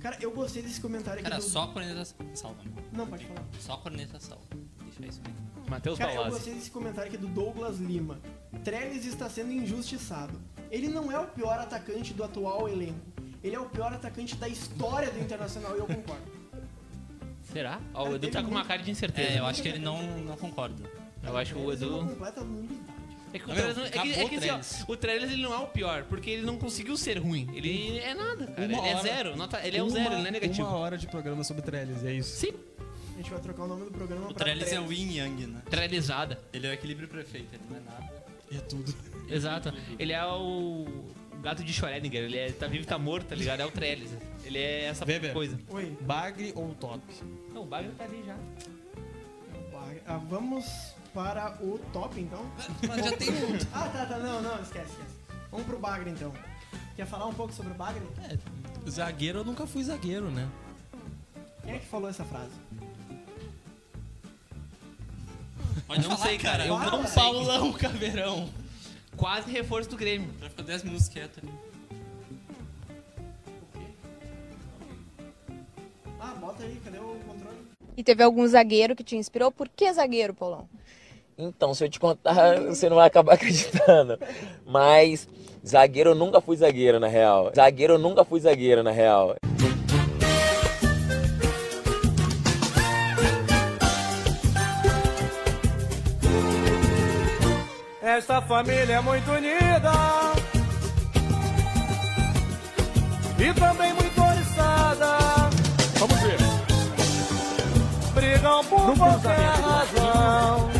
cara, eu gostei desse comentário aqui. Cara, do... só a corneta salva. meu. Não, pode falar. Só a corneta salva. Deixa isso aí. Matheus Cara, eu Palazzi. gostei desse comentário aqui do Douglas Lima. Trellis está sendo injustiçado. Ele não é o pior atacante do atual elenco. Ele é o pior atacante da história do Internacional e eu <laughs> concordo. Será? Ó, o Cara, Edu teve tá com uma muito- cara de incerteza. É, eu acho que ele não, não concorda. Eu acho que o Trellis é uma Edu. completa nulidade. É que o Meu, Trellis não- é que- é acabou que o assim, ó, Trellis. o Trellis ele não é o pior, porque ele não conseguiu ser ruim. Ele é nada, cara. Uma Ele é hora- zero. nota- ele é um zero, ele não é negativo. Uma hora de programa sobre Trellis, é isso. Sim, A gente vai trocar o nome do programa O pra Trellis é o Yin Yang, né? trellisada. Ele é o equilíbrio perfeito, ele não é nada. É tudo. Exato. Ele é o gato de Schrödinger. Ele é, tá vivo, tá morto, tá ligado? É o Trellis. Ele é essa Weber. coisa. Oi. Bagre ou top? Não, o Bagre tá ali já. Ah, vamos para o top, então. Mas já tem um. Ah, tá, tá. Não, não, esquece, esquece. Vamos pro Bagre, então. Quer falar um pouco sobre o Bagre? É, zagueiro eu nunca fui zagueiro, né? Quem é que falou essa frase? Pode Não falar, sei, cara. Eu Fala. não sei. Paulão Caveirão. Quase reforço do Grêmio. Já ficou 10 minutos quieto ali. Ah, bota aí, cadê o controle? E teve algum zagueiro que te inspirou? Por que zagueiro, Paulão? Então, se eu te contar, <laughs> você não vai acabar acreditando. Mas zagueiro eu nunca fui zagueiro, na real. Zagueiro eu nunca fui zagueiro, na real. Esta família é muito unida e também muito oriçada. Vamos ver. Brigam por qualquer né? razão,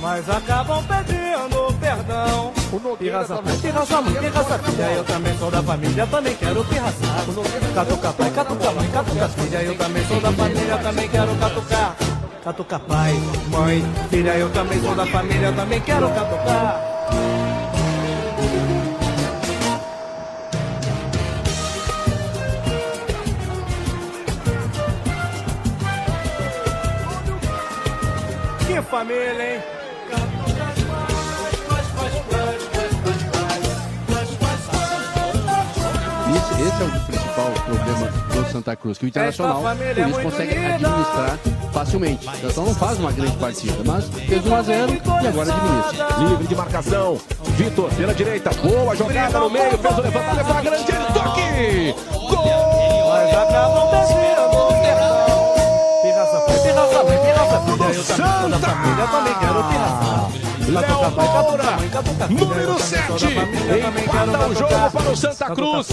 mas acabam pedindo perdão. pirraça. Pirraça, mãe, pirraça, filha, eu também sou da família, também quero pirraçar. Catuca pai, catuca mãe, catuca filha, eu também sou da família, também quero catucar. Catuca pai, mãe, filha, eu também sou da família, também quero catucar. Que família, hein? Esse, esse é o principal problema do Santa Cruz, que o Internacional, Esta por família é isso, muito consegue unida. administrar facilmente. O Internacional não faz uma grande partida, mas fez 1 a 0 e agora administra. Livre de marcação. Vitor pela direita. Boa jogada no meio. Fez o levantamento para grande. Ele toque. Mas acabam desviando o sertão. Pirraça foi, pirraça foi, pirraça foi. Eu também sou da família, também quero pirraça. Léo Moura, número 7, empata o jogo para o Santa Cruz.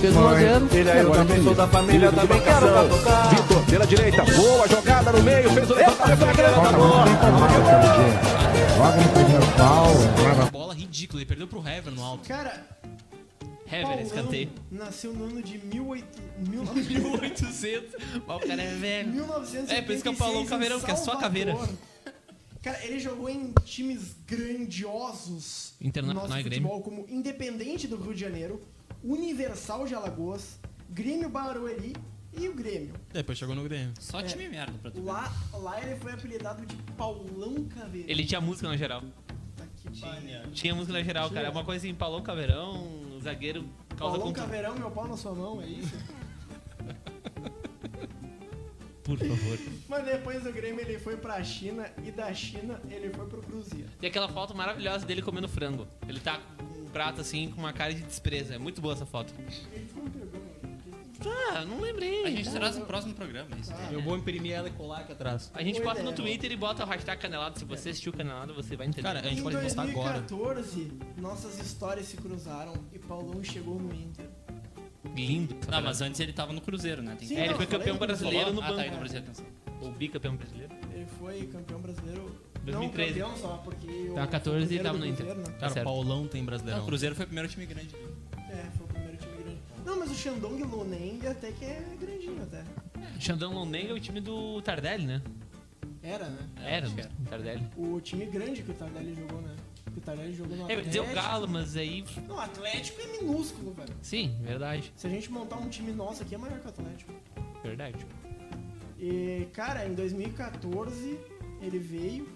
Fez 1 a 0 Filha, e eu também agora sou administra. da família, também quero catucar. Vitor pela direita, boa jogada no meio, fez o levantamento para grande. Uma bola ridícula. Ele perdeu pro Hever no alto. Cara, É, Hever, escanteio. nasceu no ano de 1800, <laughs> 1800. Mas o cara é velho. 1986. É, por isso que eu falo em caveirão, que é só Salvador. caveira. Cara, ele jogou em times grandiosos Interna- no nosso não é futebol, como Independente do Rio de Janeiro, Universal de Alagoas, Grêmio Barueri e o Grêmio. Depois chegou no Grêmio. Só time merda pra tu. ver. Lá, lá ele foi apelidado de Paulão Caveira. Ele tinha música na geral. Puta que pariu. Tinha música na geral, cara. É uma coisa assim, Paulão Caveirão, um zagueiro, causa Paulão contra. Caveirão, meu pau na sua mão, é isso? Por favor. Mas depois do Grêmio ele foi pra China e da China ele foi pro Cruzeiro. Tem aquela foto maravilhosa dele comendo frango. Ele tá com um prato assim, com uma cara de desprezo. É muito boa essa foto. Ah, não lembrei. A gente traz no próximo programa, é isso. Eu vou imprimir ela e colar aqui atrás. A gente Boa bota no ideia. Twitter e bota o hashtag canelado. Se você assistiu canelado, você vai entender. Cara, a Em gente pode postar agora. 2014, nossas histórias se cruzaram e Paulão chegou no Inter. lindo. Não, mas antes ele tava no Cruzeiro, né? Tem Sim, É, ele não, foi falei campeão do brasileiro no Ah, tá aí banco. no Brasil, atenção. Ou bicampeão brasileiro. Ele foi campeão brasileiro. 2013. Não, campeão só, porque. o- Tava 14 e o primeiro Tá, tava no do Inter. Cruzeiro, né? Cara, certo. Paulão tem Não, brasileirão. o Cruzeiro foi o primeiro time grande. Tá. É, foi o primeiro time grande. Não, mas o Shandong Luneng até que é grandinho até. Xandão Londenga é o time do Tardelli, né? Era, né? É, Era, o Tardelli. O time grande que o Tardelli jogou, né? Que o Tardelli jogou no É, eu ia Atlético. dizer o Galo, mas aí. Não, Atlético é minúsculo, velho. Sim, verdade. Se a gente montar um time nosso aqui é maior que o Atlético. Verdade. E, cara, em 2014 ele veio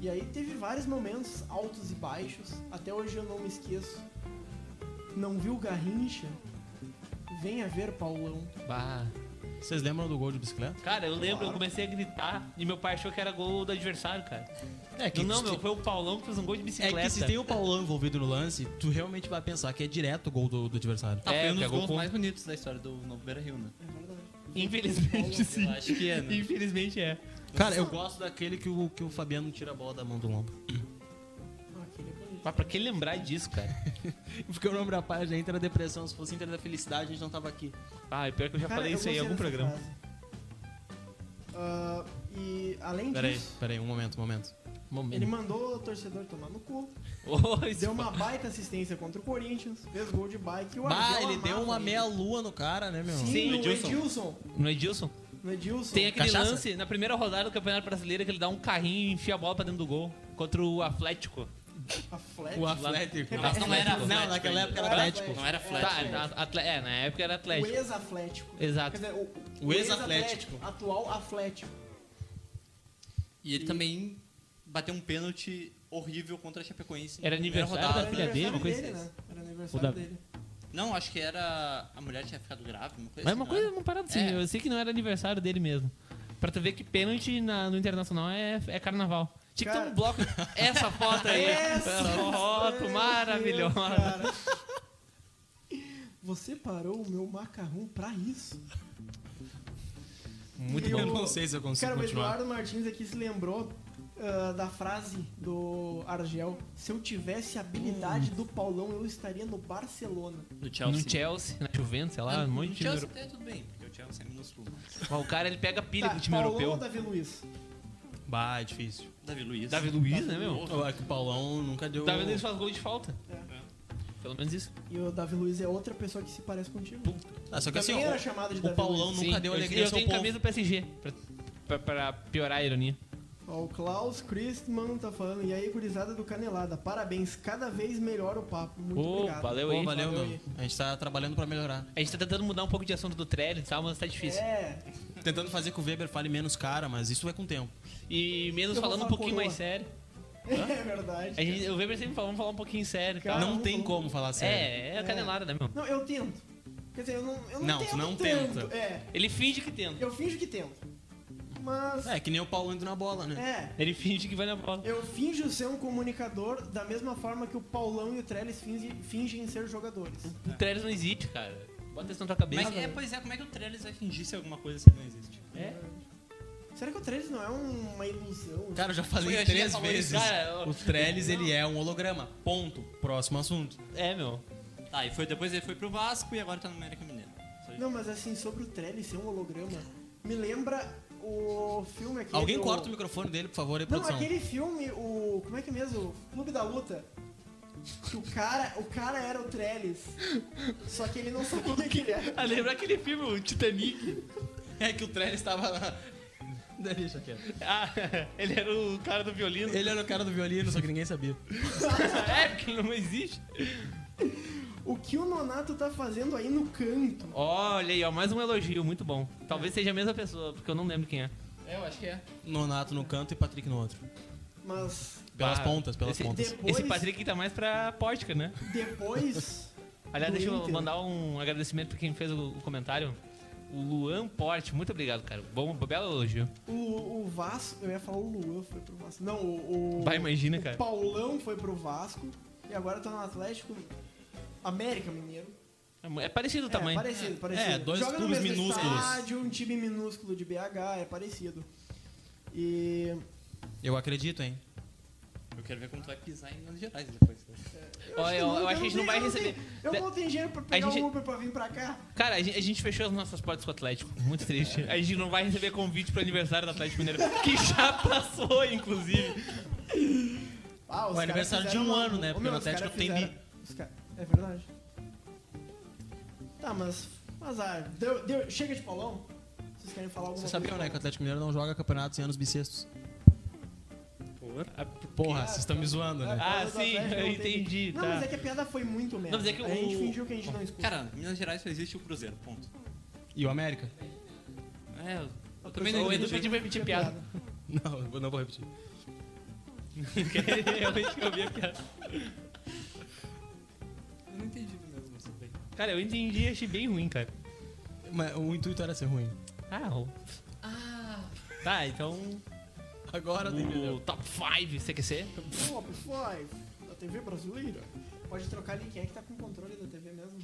e aí teve vários momentos altos e baixos. Até hoje eu não me esqueço. Não viu Garrincha? Venha ver Paulão. Bah. Vocês lembram do gol de bicicleta? Cara, eu lembro, eu comecei a gritar e meu pai achou que era gol do adversário, cara. É Não, não, meu, foi o Paulão que fez um gol de É bicicleta. que se tem o Paulão envolvido no lance, tu realmente vai pensar que é direto o gol do, do adversário. Ah, É, foi um dos pegou gols com- mais bonitos da história do Novo Beira Rio, né? um- Infelizmente sim. Eu acho que é, né? Infelizmente é. Cara, eu gosto daquele que o, que o Fabiano tira a bola da mão do lombo. Ah, aquele é bonito. Mas pra que lembrar disso, cara? Porque o nome da página é Inter da Depressão. Se fosse Inter da Felicidade, a gente não tava aqui. Ah, e pior que eu já Cara, falei eu isso aí em gostei algum dessa programa. frase. Ah, e além Peraí, disso, peraí, um momento, um momento. ele mandou o torcedor tomar no cu, Ô, isso- deu uma baita assistência contra o Corinthians, fez gol de bike. O Bah, Abel ele amava deu uma ele. meia-lua É no cara, né, meu? Sim, Sim, no Edilson. Edilson. Edilson. Não é Dilson? No Edilson. Tem aquele Cachaça? lance na primeira rodada do Campeonato Brasileiro que ele dá um carrinho e enfia a bola pra dentro do gol contra o Atlético. a Fleck. O Atlético. Mas não era Atlético. Não, naquela época era Era Atlético. Não era flat. né? Tá, a- atle- é, na época era O Atlético. ex-Atlético. Exato. Quer dizer, o, O ex-Atlético. ex-Atlético, Atual Atlético. E ele também bateu um pênalti horrível contra a Chapecoense. na Era primeira aniversário da rodada. filha dele, uma coisa assim. dele, né? Era O aniversário da- dele. Não, acho que era... A mulher tinha ficado grávida, uma coisa Mas assim, uma não coisa, era? uma parada assim, É. eu sei que não era aniversário dele mesmo. Pra tu ver que pênalti na- no Internacional é, é carnaval. Tinha que Cara. ter um bloco. Essa foto aí. <laughs> Essa É, Essa foto Meu Deus, maravilhosa. cara. Você parou o meu macarrão pra isso. Muito E bom. o- Eu não sei se eu consigo Cara, o continuar. Eduardo Martins aqui se lembrou ah, da frase do Argel: Se eu tivesse a habilidade Hum. do Paulão, eu estaria no Barcelona. No né? Chelsea. No Chelsea, na Juventus, sei lá, Ah, um monte de no time Chelsea europeu. até tudo bem, porque o Chelsea é minúsculo. mas- Mas O cara, ele pega pilha tá, do time Paulão europeu. ou Davi Luiz? Bah, é difícil. Davi Luiz. Davi Luiz, né, meu? Ô, É que o Paulão nunca deu. Davi Luiz faz gol de falta. Pelo menos isso. E o Davi Luiz é outra pessoa que se parece contigo. Ah, só que assim, Também ó, era chamado de o Davi Paulão Luiz. nunca deu eu, alegria ao eu seu tenho povo. camisa do PSG, pra, pra- pra piorar a ironia. Ó, o Klaus Christman tá falando. E aí, gurizada do Canelada, parabéns. Cada vez melhor o papo. Muito Ô, obrigado. valeu Pô, aí. valeu, Valeu meu. aí. A gente tá trabalhando pra melhorar. A gente tá tentando mudar um pouco de assunto do trailer e tal, mas tá difícil. É, Tentando fazer que o Weber fale menos cara, mas isso vai com o tempo. E menos Eu vou falando um falar pouquinho coroa. mais sério. <laughs> é verdade. A gente, o Weber sempre fala, vamos falar um pouquinho sério e tal. Cara, não vamos- tem vamos- como falar sério. É, é a canelada, né, meu? Não, eu tento. Quer dizer, eu não, eu não, Não, tento. tu não tanto. tenta. É, Ele finge que tenta. eu finjo que tento. Mas. É, que nem o Paulão indo na bola, né? É. Ele finge que vai na bola. Eu finjo ser um comunicador da mesma forma que o Paulão e o Trellis finge- fingem ser jogadores. O trailer não existe, cara. Bota isso na tua cabeça. Mas, é, pois é, como é que o Trellis vai fingir se alguma coisa que não existe? É. Será que o Trellis não é um- uma ilusão? Cara, eu já Foi, falei a gente três já falou vezes. é. isso. Cara, O Trellis, ele é um holograma. Ponto. Próximo assunto. é, meu. Tá, e foi, depois ele foi pro Vasco e agora tá no América Mineiro. Só isso. Não, mas assim, sobre o Trellis ser um holograma, me lembra o filme aqui. Alguém do- corta o microfone dele, por favor, aí, Não, produção. aquele filme, o. Como é que é mesmo? Clube da Luta. Que o cara, o cara era o Trellis. Só que ele não sabia que ele era. Ah, lembra aquele filme, o <laughs> Titanic? É que o Trellis tava lá. Deixa quieto. Ah, <laughs> ele era o cara do violino. Ele era o cara do violino, só que ninguém sabia. <laughs> é, porque ele não existe. O que o Nonato tá fazendo aí no canto? Olha aí, ó, mais um elogio, muito bom. Talvez seja a mesma pessoa, porque eu não lembro quem é. É, eu acho que é. Nonato no canto e Patrick no outro. Mas Pelas Ah, pontas, pelas esse- pontas. Depois- Esse Patrick tá mais pra pórtica, né? depois. Aliás, Do deixa eu Inter. mandar um agradecimento pra quem fez o, o comentário. O Luan Porte, muito obrigado, cara. Bom, belo elogio. O, o Vasco, eu ia falar o Luan foi pro Vasco. Não, o. o Vai, imagina, o cara. Paulão foi pro Vasco e agora tá no Atlético América Mineiro. É parecido o tamanho. É parecido, parecido. É, dois Joga no clubes mesmo minúsculos. Estádio, um time minúsculo de BH, é parecido. E. Eu acredito, hein? Eu quero ver como tu vai pisar em Minas Gerais <laughs> depois. Olha, eu, eu acho que a gente não vai eu receber. tenho- Eu não tenho dinheiro pra pegar gente- um Uber pra vir pra cá. Cara, a gente, a gente fechou as nossas portas com o Atlético. Muito triste. A gente não vai receber convite pro aniversário do Atlético Mineiro, <laughs> que já passou, inclusive. Ah, os O caras aniversário de um fizeram ano, né? Ô, Porque meu, no os caras Atlético tem fizeram- os ca- É verdade. Tá, mas. Azar. Deu, deu- Chega de Paulão. Vocês querem falar alguma Vocês coisa? sabiam, é né, que o Atlético Mineiro não joga campeonato em anos bissextos. Ah, Porra, vocês estão me zoando, né? Ah, Fala do sim, Atlético, eu não tem- entendi, Não, tá. mas é que a piada foi muito merda. mas é que A gente o- fingiu que a gente não escuta. Cara, Minas Gerais só existe o Cruzeiro, ponto. E o América? É, eu, eu também Também não o Edu entendi. pediu pra repetir a piada. <laughs> Não, eu não vou repetir. Realmente que <laughs> eu vi a piada. Eu não entendi mesmo, mas tudo bem. Cara, eu entendi e achei bem ruim, cara. Mas o intuito era ser ruim. Ah, o- Ah. Tá, então. Agora tem O top 5 CQC? Top 5 da TV brasileira. Pode trocar ali quem é que tá com o controle da TV mesmo.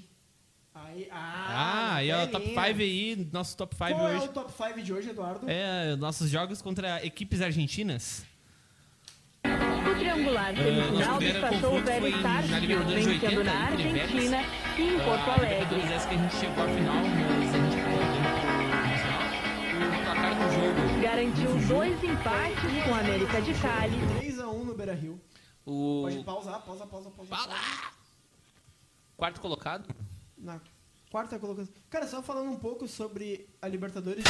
Aí, ah, Ah, aí ó, top 5 telinha. aí, nosso top 5 Qual é hoje. o top 5 de hoje, Eduardo? É, nossos jogos contra equipes argentinas. O triangular semifinal primeiro despassou o confronto velho foi na Estádio, Libertadores de vencendo 80, na Univex. Argentina e em Porto Alegre. Essa que a gente chegou à final, mas a gente acabou perdendo pro Nacional. O placar do jogo. Garantiu dois empates com a América de Cali. 3x1 no Beira Rio. Pode O pausar, pausa, pausa, pausa. quarto colocado. Na quarta colocação. Cara, só falando um pouco sobre a Libertadores.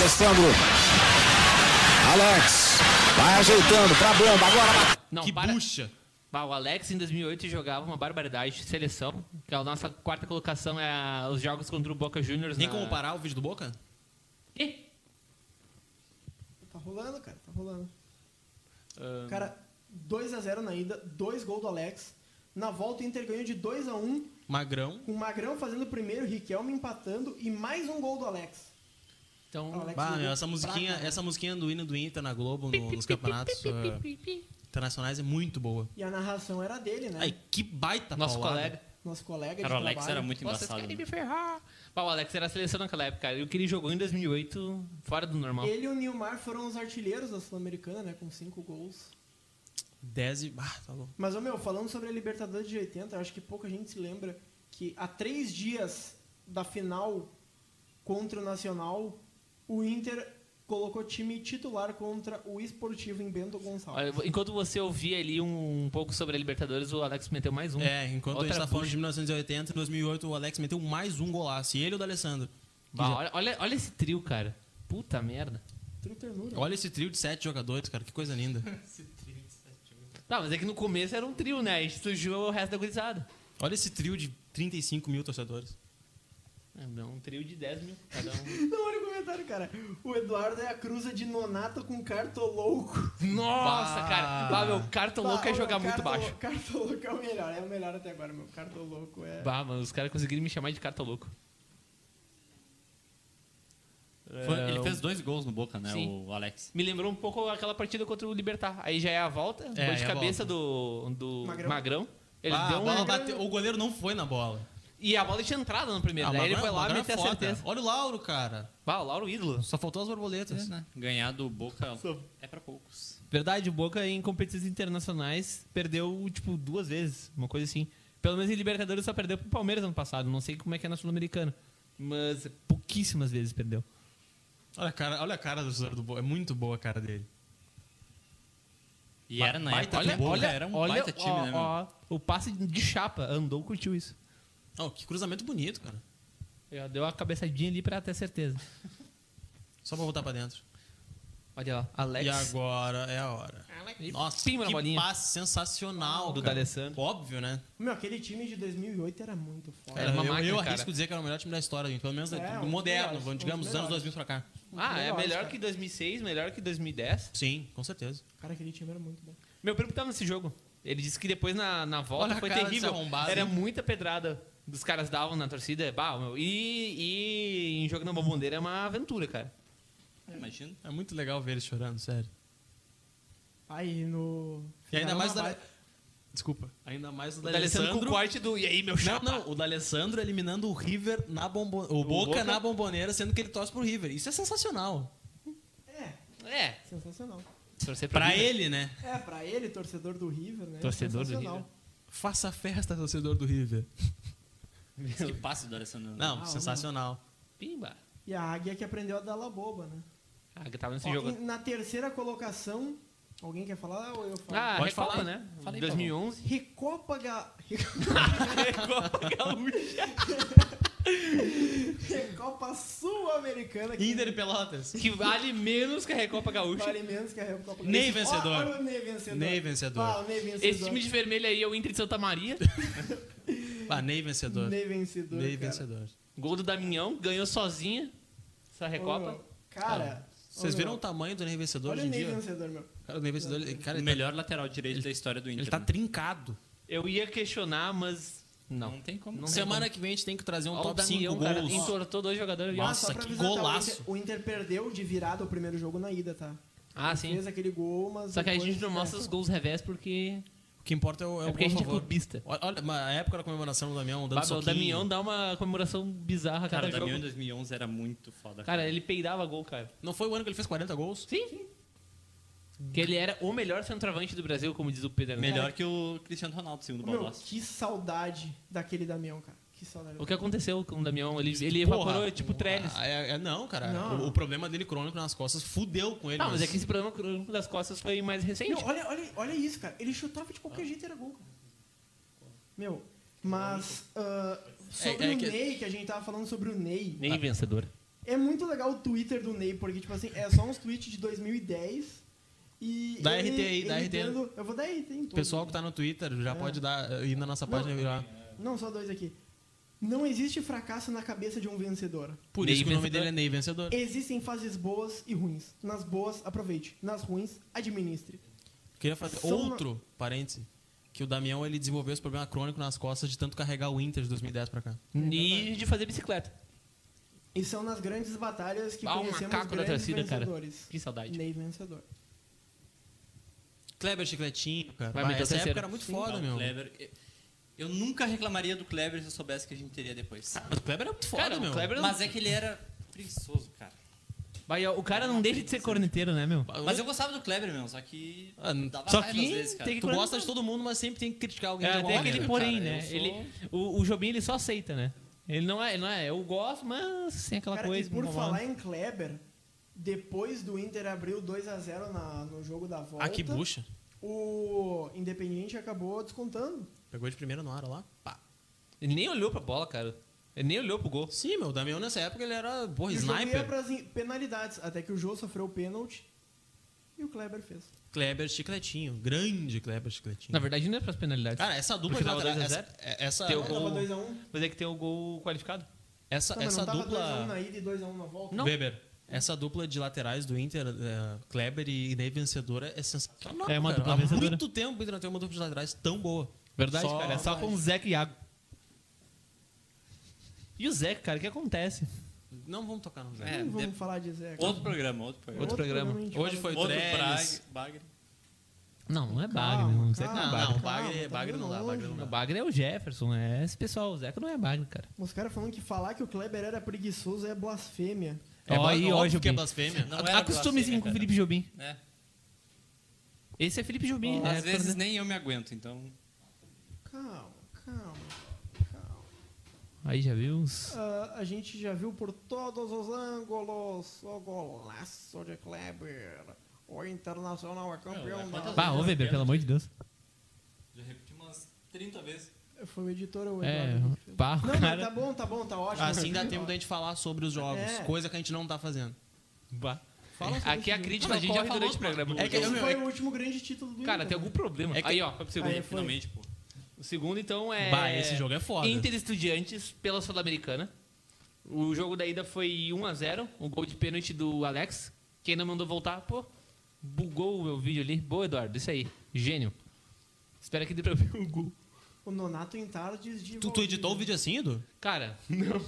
Alessandro. Alex. Vai ajeitando pra bamba. Agora Não, Que para. bucha! Ah, o Alex em 2008 jogava uma barbaridade, seleção. Que é a nossa quarta colocação é a- os jogos contra o Boca Juniors. Nem na- como parar o vídeo do Boca? Ih, Tá rolando, cara, tá rolando. ah, Cara, 2x0 na ida, 2 gols do Alex. Na volta, o Inter ganhou de 2x1, Magrão. com o Magrão fazendo o primeiro, Riquelme empatando e mais um gol do Alex. O então, Alex Bah, jogou meu, essa musiquinha, pra caralho. essa musiquinha do hino do Inter na Globo, no- nos campeonatos eh, internacionais, é muito boa. E a narração era dele, né? Ai, que baita nosso paulada. colega. Nosso colega Cara, o de trabalho. Alex era muito Vocês embaçado. querem né? me ferrar? Pá, o Alex era a seleção naquela época, cara. E o que ele jogou em 2008, fora do normal. Ele e o Nilmar foram os artilheiros da Sul-Americana, né? Com cinco gols. 10 e... Ah, tá louco. Mas, ô meu, falando sobre a Libertadores de 80, eu acho que pouca gente se lembra que há três dias da final contra o Nacional, o Inter colocou time titular contra o Esportivo em Bento Gonçalves. Olha, enquanto você ouvia ali um, um pouco sobre a Libertadores, o Alex meteu Hum. mais um. É, enquanto a gente tá falando bucha. de 1980, em 2008 o Alex meteu mais um golaço. E ele e o do Alessandro. Bah, olha, olha, olha esse trio, cara. Puta merda. Trio ternura. Olha esse trio de sete jogadores, cara, que coisa linda. Tá, mas é que no começo era um trio, né? A gente surgiu o resto da gurizada. Olha esse trio de 35 mil torcedores. É, não, um trio de 10 mil cada um. Não, olha o comentário, cara. O Eduardo é a cruza de Nonato com Cartolouco. <laughs> Nossa, Bah. cara. Bah, meu, Cartolouco Bah, é jogar o muito Carto- baixo. Cartolouco é o melhor, é o melhor até agora, meu. Cartolouco é... Bah, mano, os caras conseguiram me chamar de Cartolouco. Foi- É, ele o- fez dois gols no Boca, né, Sim. o Alex? Me lembrou um pouco aquela partida contra o Libertar. Aí já é a volta, É, gol de é a cabeça do, do Magrão. Magrão. Ele Ah, deu a um... bola bateu- o goleiro não foi na bola. E a bola tinha entrado no primeiro. Ah, Daí mas ele agora- foi lá agora é meteu a foda. certeza. Olha o Lauro, cara. Bah, o Lauro ídolo. Só faltou as borboletas. Ganhar do Boca é pra poucos. Verdade, o Boca em competições internacionais perdeu, tipo, duas vezes, uma coisa assim. Pelo menos em Libertadores só perdeu pro Palmeiras ano passado, não sei como é que é na Sul-Americana. Mas pouquíssimas vezes perdeu. Olha a cara, olha a cara do torcedor do Boca. É muito boa a cara dele. E Ba- era na É, baita época do Boca, era um baita time, ó, né, meu? ó, o passe de chapa, andou, curtiu isso. Oh, que cruzamento bonito, cara. Já Deu a cabeçadinha ali pra ter certeza. Só pra voltar pra dentro. Olha lá, Alex. E agora é a hora. E Nossa, pima na que bolinha. passe sensacional. Do cara. D'Alessandro. Óbvio, né? Meu, aquele time de 2008 era muito foda. Era uma eu, máquina, eu cara. arrisco dizer que era o melhor time da história, gente. Pelo menos É, do um dos moderno, melhores, um digamos, dos dos anos melhores. 2000 pra cá. Ah, é Melhor, melhor cara. que 2006, melhor que 2010. Sim, com certeza. É. Cara, aquele time era muito bom. Meu primo tava nesse jogo. Ele disse que depois na, na volta Olha a foi cara terrível. desse arrombado, Era hein? muita pedrada dos caras davam na torcida. Bah, meu. E, e em jogo na bomboneira é uma aventura, cara. Imagina. É muito legal ver ele chorando, sério. Aí no... E ainda Era mais o uma da... ba- Desculpa. Ainda mais o O D'Alessandro Tá com o corte do. E aí, meu Não, chapa? não, o D'Alessandro eliminando o River na bomboneira. O, Boca, Boca. na bomboneira, sendo que ele torce pro River. Isso é sensacional. É, É. sensacional. Torcer Pra River. ele, né? É, pra ele, torcedor do River, né? Torcedor do Sensacional. River. Faça festa, torcedor do River. Que passe do Alessandro. Não, Ah, sensacional. Pimba. E a Águia que aprendeu a dar la boba, né? Ah, que tava nesse Ó, jogo. em- na terceira colocação... Alguém quer falar ou eu falo? Ah, Pode Recopa, falar. né? 2011. Recopa Ga... <laughs> Recopa Gaúcha. <laughs> Recopa Sul-Americana. que Inter e Pelotas. Que vale menos que a Recopa Gaúcha. Vale menos que a Recopa Gaúcha. Ney vencedor. Ó, Olha o Ney vencedor. Ney vencedor. Ah, o Ney vencedor. Esse time de vermelho aí é o Inter de Santa Maria. Ah, Ney vencedor. Ney, Ney vencedor, cara. vencedor. Gol do Damião, ganhou sozinha essa Ô, Recopa. meu, Cara... Vocês ô, viram o meu, tamanho do Ney vencedor Olha hoje o em Ney dia? vencedor, meu. Cara, o Ney vencedor, ele, cara, O ele, tá, melhor lateral direito da história do Inter. ele tá né? trincado. Eu ia questionar, mas. Não. Não tem como. Não tem Semana que vem a gente tem que trazer um Olha o top 5 Damião, cara. gols. Entortou dois jogadores. Ah, Nossa, só pra que avisar, tá? O golaço. Inter- O Inter perdeu de virada o primeiro jogo na ida, tá? Ah, sim. Fez aquele gol, mas... Só que a depois- gente não mostra os gols revés porque. O que importa é o, é É o porque a gol a gente é favor. clubista. Olha, olha, mas a época da comemoração do Damião, dando um Bah, meu, soquinho. O Damião dá uma comemoração bizarra a Cara, cada o jogo. Damião é em 2011 era muito foda. Cara, ele peidava gol, cara. Não foi o ano que ele fez 40 gols? Sim. Que ele era o melhor centroavante do Brasil, como diz o Pedro. Neto. Melhor que o Cristiano Ronaldo, segundo o Meu, Baldasso. que saudade daquele Damião, cara. Que saudade. O que aconteceu com o Damião? Ele, ele Porra. evaporou, tipo, Trellis. Ah, é- é- não, cara. Não. O, o problema dele crônico nas costas fudeu com ele. Não, mas é que esse problema crônico das costas foi mais recente. Meu, olha, olha, olha isso, cara. Ele chutava de Ah. qualquer jeito e era gol, cara. Meu, mas ah, sobre É- é o que- Ney, que a gente tava falando sobre o Ney. Nem vencedor. É muito legal o Twitter do Ney, porque, tipo assim, é só uns tweets de 2010 e... Dá ele- RT aí, dá ele RT. dando- eu vou dar RT em O todos. pessoal que tá no Twitter já É. pode dar, eh, ir na nossa página e virar. Não, só dois aqui. Não existe fracasso na cabeça de um vencedor. Por Ney isso que o nome vencedor. dele é Ney Vencedor. Existem fases boas e ruins. Nas boas, aproveite. Nas ruins, administre. Queria fazer Só uma- outro parêntese. Que o Damião ele desenvolveu esse problema crônico nas costas de tanto carregar o Inter de 2010 pra cá. E de fazer bicicleta. E são nas grandes batalhas que Ah, o conhecemos macaco da grandes torcida, cara. vencedores. Que saudade. Ney vencedor. Kleber Chicletinho, cara. Vai Bah, meter o essa terceiro. época era muito foda, Ah, o meu. Kleber- Eu nunca reclamaria do Kleber se eu soubesse que a gente teria depois. Mas o Kleber era muito foda, Cara, o meu. Kleber- Mas é que ele era preguiçoso, cara. Vai, ó, o cara não deixa de ser corneteiro, né, meu? Mas eu gostava do Kleber, meu, só que Ah, n- dava só raiva que às vezes, cara. tem que- Tu gosta de todo mundo, mas sempre tem que criticar alguém de É, alguma tem aquele maneira. porém, cara, eu né? sou- Ele, o, o Jobim ele só aceita, né? Ele não é, ele não é, eu gosto, mas sem aquela Cara, coisa. e por me incomoda. falar em Kleber, Depois do Inter abriu 2 a 0 na- no jogo da volta. Ah, que bucha. O Independiente acabou descontando. Pegou de primeira no ar lá. Pá. Ele nem olhou pra bola, cara. Ele nem olhou pro gol. Sim, meu, o Damião nessa época ele era, porra, E o jogo ia sniper. para penalidades, até que o Jô sofreu o pênalti e o Kleber fez. Kleber Chicletinho, grande Kleber Chicletinho. Na verdade, não é pras penalidades. Cara, essa dupla Porque de tava laterais- 2x0. essa- essa- Tem o Não, gol- tava 2x1. Mas é que tem o gol qualificado. Essa, Tá, mas essa não um? tava 2x1 dupla. na ida e 2x1 na volta? Weber, essa dupla de laterais do Inter, eh, Kleber e Ney vencedora, é sensacional. É uma cara. dupla Há vencedora. muito tempo o Inter não tem uma dupla de laterais tão boa. Verdade, cara. É só com o Zeca e Iago. E o Zeca, cara, o que acontece? Não vamos tocar no Zé. É, Não vamos de- falar de Zé. cara. Outro programa, outro programa. Outro programa. a gente Hoje fala foi de- Outro Trellis. Brag- Bagre. Não, não é Calma, Bagre. Não, o Zeca calma, não é Não, Bagre. o Bagre, Calma, tá Bagre indo não dá, longe. Bagre não O dá. Bagre é o Jefferson, é esse pessoal. O Zeca não é Bagre, cara. Os caras falando que falar que o Kleber era preguiçoso é blasfêmia. É ó, ba- e ó, óbvio que é Jobim. blasfêmia. Não era Acostumezinho com blasfêmia, o cara. Felipe Jobim. É. Esse é Felipe Jobim. é, Às vezes quando- nem eu me aguento, então. Calma, calma, calma. Aí já viu uns. Ah, a gente já viu por todos os ângulos o golaço de Kleber. O Internacional é campeão Não, é da... Bah, ô Weber, pelo amor de Deus. Já repeti umas 30 vezes. Foi o editor ou o É, Eduardo que fez. pá, Não, mas tá cara. bom, tá bom, tá ótimo. Assim dá tempo da gente falar sobre os jogos, É. coisa que a gente não tá fazendo. Bah. Fala sobre Aqui é a crítica Não, a mas gente já corre falou durante durante o o programa. É que- Esse meu, foi é o último grande título do Cara, Inter, tem né? algum problema. É que- Aí, ó, foi pro segundo. Aí foi. Finalmente, pô. O segundo, então, é. Bah, esse jogo é foda. Inter Estudiantes pela Sul-Americana. O jogo da ida foi 1x0. Um gol de pênalti do Alex. Quem não mandou voltar, pô, bugou o meu vídeo ali. Boa, Eduardo, isso aí. Gênio. Espero que dê pra ver o gol. O Nonato em tardes de... Tu, tu editou o vídeo assim, Edu? Cara, não.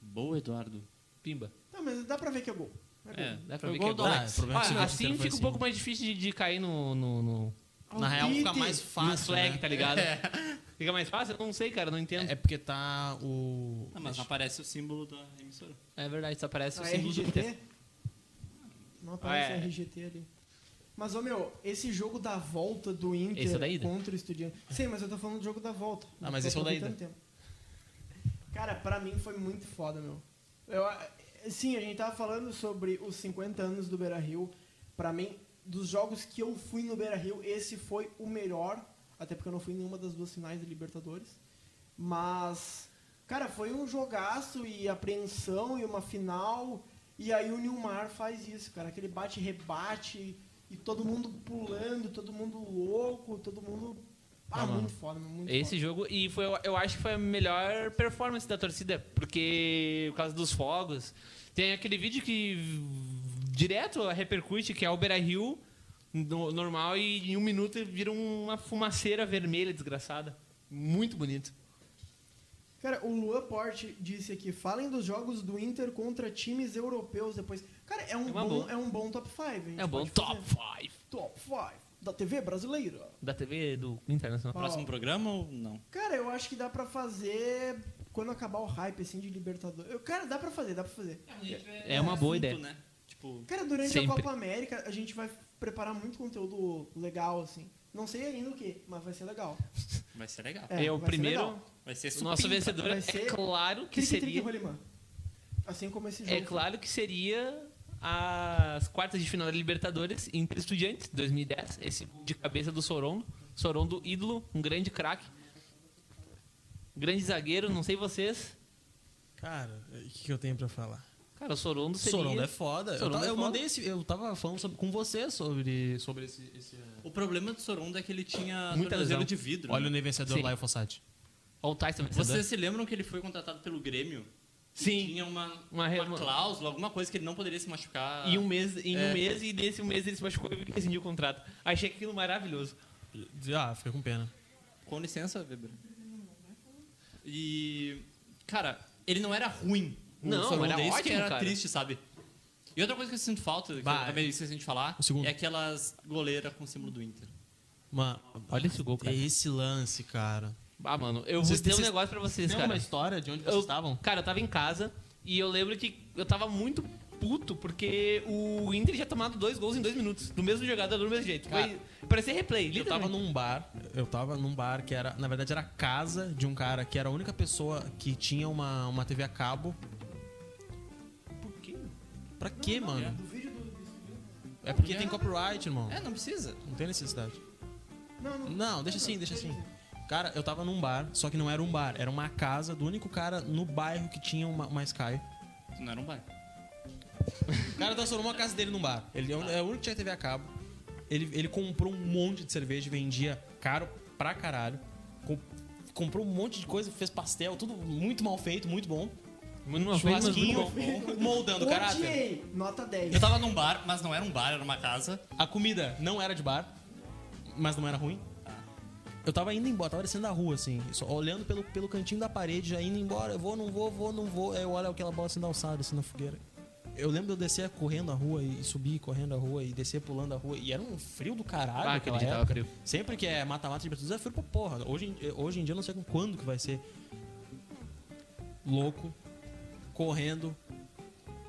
Boa, Eduardo. Pimba. Não, mas dá pra ver que é gol. É É. gol. Dá pra Foi ver que gol é do gol. Alex. Ah, o problema é que Ah, o assim Inter fica foi um assim. pouco mais difícil de, de cair no, no, no, Na real fica Palpite. mais no fácil. flag, né? tá né? ligado? É. Fica mais fácil? Eu não sei, cara, não entendo. É porque tá o. Ah, mas não aparece o símbolo da emissora. É verdade, só aparece o A símbolo do Inter. RGT? Não tá aparece Ah, é. a RGT ali. Mas, ô meu, esse jogo da volta do Inter Esse é da ida? contra o Estudiantes... Sim, mas eu tô falando do jogo da volta. Ah, mas Tô esse é o da aproveitando o tempo. Cara, pra mim foi muito foda, meu. Eu, ah, sim, a gente tava falando sobre os 50 anos do Beira-Rio. Pra mim, dos jogos que eu fui no Beira-Rio, esse foi o melhor. Até porque eu não fui em nenhuma das duas finais da Libertadores. Mas, cara, foi um jogaço e apreensão e uma final. E aí o Nilmar faz isso, cara. Aquele bate-rebate e todo mundo pulando, todo mundo louco, todo mundo. Ah, Ah, mano. muito foda, meu, muito Esse jogo, e foi, eu acho que foi a melhor performance da torcida, porque por causa dos fogos. Tem aquele vídeo que direto repercute, que é o Beira Rio no- normal, e em um minuto vira uma fumaceira vermelha desgraçada. Muito bonito. Cara, o Luan Porte disse aqui: falem dos jogos do Inter contra times europeus depois. Cara, é um, É uma bom, boa. é um bom top 5. É bom. Top 5 Top 5 da TV brasileira. da TV do Internacional. Próximo programa ou não? Cara, eu acho que dá pra fazer quando acabar o hype assim de Libertadores. Eu- Cara, dá pra fazer, dá pra fazer. É uma boa ideia. Né? Tipo, Cara, durante a Sempre. Copa América a gente vai preparar muito conteúdo legal, assim. Não sei ainda o que, mas vai ser legal. vai ser legal. É, É, o vai ser primeiro. legal. Vai ser O super. nosso vencedor Vai é ser claro que Trick, trick, seria. rolimã. Assim como esse jogo. É claro que seria as quartas de final da Libertadores entre Estudiantes 2010, esse gol de cabeça do Sorondo, Sorondo ídolo, um grande craque. Grande zagueiro, não sei vocês. Cara, o que, que eu tenho pra falar? Cara, o Sorondo seria Sorondo é foda. eu, Sorondo tava, é eu foda. mandei esse. Eu tava falando sobre- com você sobre, sobre esse. esse, eh, O problema do Sorondo é que ele tinha Muita tornozelo lesão. de vidro. Olha o né? Ney vencedor Sim. lá e o Fossati. Ó, o Tyson vencedor. Vocês se lembram que ele foi contratado pelo Grêmio? E Sim. Tinha uma, Uma uma, re- cláusula, alguma coisa que ele não poderia se machucar. Em um mês, em um É. mês e nesse um mês ele se machucou e rescindiu o contrato. Achei aquilo maravilhoso. Ah, fiquei com pena. Com licença, Weber. E. Cara, ele não era ruim. O Não, Sorondo, era é isso que ótimo, era cara. triste, sabe? E outra coisa que eu sinto falta, que Bah, eu também esqueci de falar, O segundo. é aquelas goleiras com o símbolo do Inter. Mano, é Olha esse gol, cara. esse lance, cara. Ah, mano, eu vou Vocês- dizer um vocês- negócio pra vocês, Tem cara. uma história de onde vocês Eu- estavam? Cara, eu tava em casa e eu lembro que eu tava muito puto porque o Inter já tomado dois gols em dois minutos. Do mesmo jogador, do mesmo jeito. Cara, Foi, parecia replay. Eu tava literalmente. num bar, eu tava num bar que era, na verdade, era a casa de um cara que era a única pessoa que tinha uma, uma TV a cabo. Por quê? Pra quê, mano? É porque É. tem copyright, irmão. É, não precisa. Não tem necessidade. Não, Não, deixa assim, deixa assim. Cara, eu tava num bar, só que não era um bar, era uma casa do único cara no bairro que tinha uma, uma Sky. Não era um bar. O cara transformou a casa dele num bar. Ele é o é o único que tinha TV a cabo. Ele, ele comprou um monte de cerveja, vendia caro pra caralho. Com- comprou um monte de coisa, fez pastel, tudo muito mal feito, muito bom. Muito mal feito, mas muito bom. moldando caráter. Odiei. Nota 10. Eu tava num bar, mas não era um bar, era uma casa. A comida não era de bar, mas não era ruim. Eu tava indo embora, tava descendo a rua, assim, só olhando pelo, pelo cantinho da parede, já indo embora. Eu vou, não vou, vou, não vou. Aí eu olho aquela bola assim na alçada, assim, na fogueira. Eu lembro de eu descer correndo a rua e subir correndo a rua e descer pulando a rua. E era um frio do caralho. Ah, naquela aquele dia tava época. frio. Sempre que é mata-mata de Bertuzzi, é frio pra porra. Hoje, em- hoje em dia eu não sei com quando que vai ser. Louco, correndo,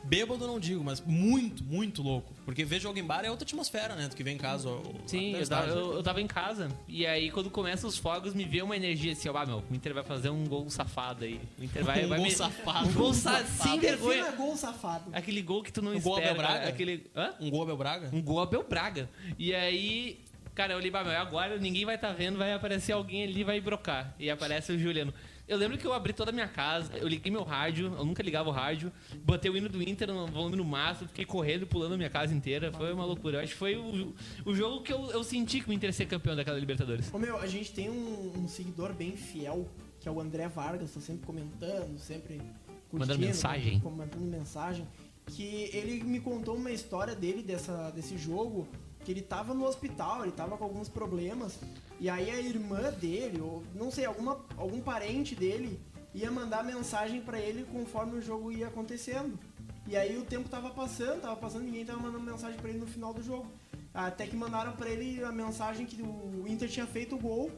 Bêbado não digo, mas muito, muito louco. Porque ver jogo em bar é outra atmosfera, né? Do que vem em casa. ó, ó, Sim, até eu tava, estádio. eu- eu tava em casa. E aí, quando começam os fogos, me veio uma energia assim: ó, ah, meu, o Inter vai fazer um gol safado aí. O Inter <laughs> vai. Um vai gol me- safado. Um gol sa- sem vergonha. Defina gol safado. Aquele gol que tu não Um gol espera. Abel Braga? cara. Aquele... Hã? Um gol Abel Braga? Um gol Abel Braga. E aí, cara, eu olhei, bah, meu, agora ninguém vai tá vendo, vai aparecer alguém ali, vai brocar. E aparece o Juliano. Eu lembro que eu abri toda a minha casa, eu liguei meu rádio, eu nunca ligava o rádio, botei o hino do Inter no volume no máximo, fiquei correndo, pulando a minha casa inteira, foi uma loucura. Eu acho que foi o, o jogo que eu, eu senti que o Inter ia ser campeão daquela Libertadores. Ô meu, a gente tem um, um seguidor bem fiel, que é o André Vargas, tá sempre comentando, sempre curtindo, né, Mandando mensagem. com- Mandando mensagem. Que ele me contou uma história dele dessa, desse jogo, que ele tava no hospital, ele tava com alguns problemas, e aí a irmã dele, ou não sei, alguma, algum parente dele, ia mandar mensagem pra ele conforme o jogo ia acontecendo. E aí o tempo tava passando, tava passando, ninguém tava mandando mensagem pra ele no final do jogo. Até que mandaram pra ele a mensagem que o Inter tinha feito o gol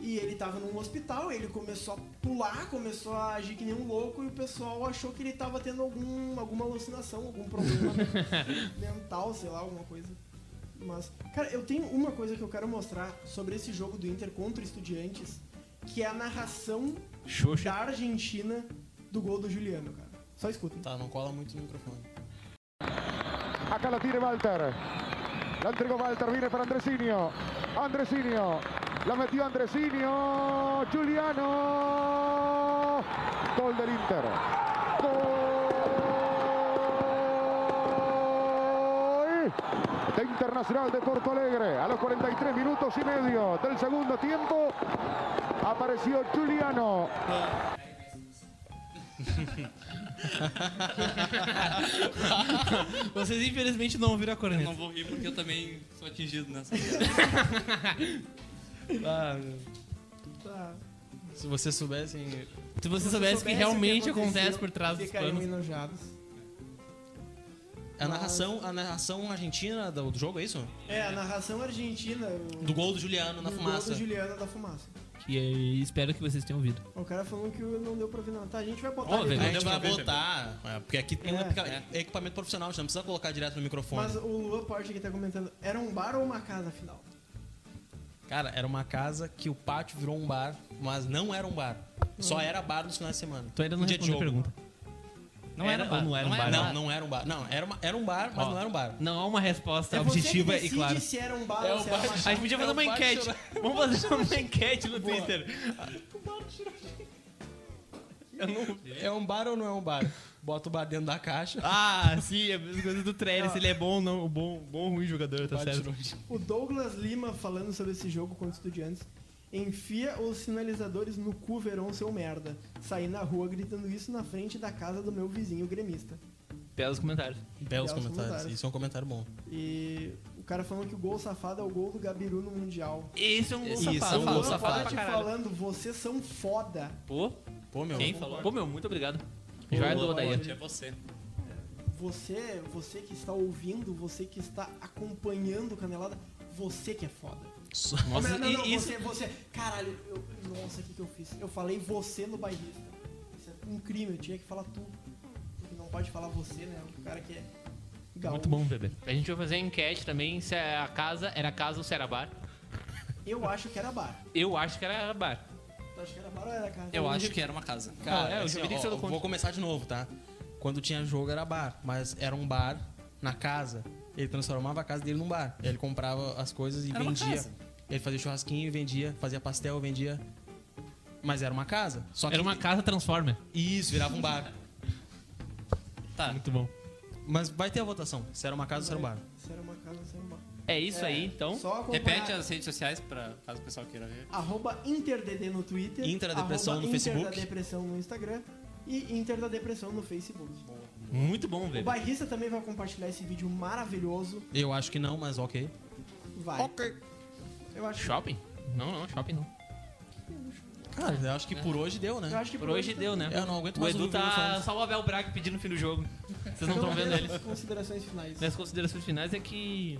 e ele tava num hospital, ele começou a pular, começou a agir que nem um louco e o pessoal achou que ele tava tendo algum, alguma alucinação, algum problema <laughs> mental, sei lá, alguma coisa. Mas, cara, eu tenho uma coisa que eu quero mostrar sobre esse jogo do Inter contra o Estudiantes, que é a narração da Argentina do gol do Juliano, cara. Só escuta. Tá, não cola muito no microfone. Acá la tiene Walter. La entregó Walter, viene para Andresinio. Andresinio. La metió Andresinio. Juliano. Gol del Inter. Gol de Internacional de Porto Alegre. A los 43 minutos y medio del segundo tiempo apareció Juliano. Vocês infelizmente não ouviram a corneta. Eu não vou rir porque eu também sou atingido nessa. Ah, Tá. Se vocês soubessem. Se você soubesse o que realmente acontece por trás dos ficariam panos. enojados. A narração, a narração argentina do, do jogo, é isso? É, a narração argentina. o- Do gol do Juliano na do fumaça. Gol do Juliano da fumaça. E aí, espero que vocês tenham ouvido. O cara falou que não deu pra ver nada. Tá, a gente vai botar. a ali, tá? tipo, gente vai botar. é, porque aqui tem um É, equipa- equipamento profissional, a gente não precisa colocar direto no microfone. Mas o Luan Porte aqui tá comentando. Era um bar ou uma casa afinal? Cara, era uma casa que o pátio virou um bar, mas não era um bar. Hum. Só era bar nos finais de semana. Tu ainda não Dia de respondeu a jogo. pergunta. Não era, ou um bar. não era um bar? Não, não era um bar. Não, era, uma- era um bar, mas Ó, não era um bar. Não há uma resposta É você que objetiva e decide clara. se era um bar É ou um se era bar uma de- casa. A gente podia fazer É o uma bar enquete. chorar. Vamos fazer uma enquete no Twitter. Eu não... É um bar ou não é um bar? Bota o bar dentro da caixa. Ah, sim, é a mesma coisa do Trellis. Se ele é bom ou não, bom, bom ou ruim jogador, tá Bate certo. O Douglas Lima falando sobre esse jogo contra os estudiantes. Enfia os sinalizadores no cu, verão, seu merda. Saí na rua gritando isso na frente da casa do meu vizinho gremista. Belos comentários. Belos Belos comentários. comentários. Isso é um comentário bom. E o cara falando que o gol safado é o gol do Gabiru no Mundial. Esse é um gol Esse safado. é um gol Luan safado Porte pra caralho. falando, vocês são foda. Pô, Pô, meu. quem falou? Pô, meu, muito obrigado. Joia do Odair. É você. Você, você que está ouvindo, você que está acompanhando o Canelada, você que é foda. Nossa, não, não, não, e- você, você. Caralho, eu, nossa, o que, que eu fiz? Eu falei você no bairrista. Isso é um crime, eu tinha que falar tu. Porque não pode falar você, né? O cara que é. gaúcho. Muito bom, bebê. A gente vai fazer a enquete também se é a casa era casa ou se era bar. Eu acho que era bar. Eu acho que era bar. Tu acha que era bar ou era casa? Eu acho que era uma casa. Cara, Ah, é, eu assim, já vi ó, que você ó, não conta. vou começar de novo, tá? Quando tinha jogo era bar, mas era um bar na casa. Ele transformava a casa dele num bar. Ele comprava as coisas e Era uma vendia. casa. Ele fazia churrasquinho e vendia, fazia pastel, vendia. Mas era uma casa. Só que Era uma casa transformer. Isso, virava um bar. Tá. Muito bom. Mas vai ter a votação. Se era uma casa ou se era um bar. Se era uma casa, se era uma... É isso aí, então. Só acompanhar- Repete as redes sociais pra caso o pessoal queira ver. Arroba InterDD no Twitter. Inter da Depressão arroba no Facebook. Inter da Depressão no Instagram. E Inter da Depressão no Facebook. Muito bom, O velho. bairrista também vai compartilhar esse vídeo maravilhoso. Eu acho que não, mas ok. Vai. Ok. Eu acho Shopping? Não, não, shopping não. Cara, eu acho que por hoje deu, né? Eu acho que Por hoje deu, né? Eu não aguento O mais Edu ouvir meu tá fone. só o Abel Braga pedindo no fim do jogo. Vocês não Então, estão vendo ele. minhas Considerações finais. Minhas considerações finais é que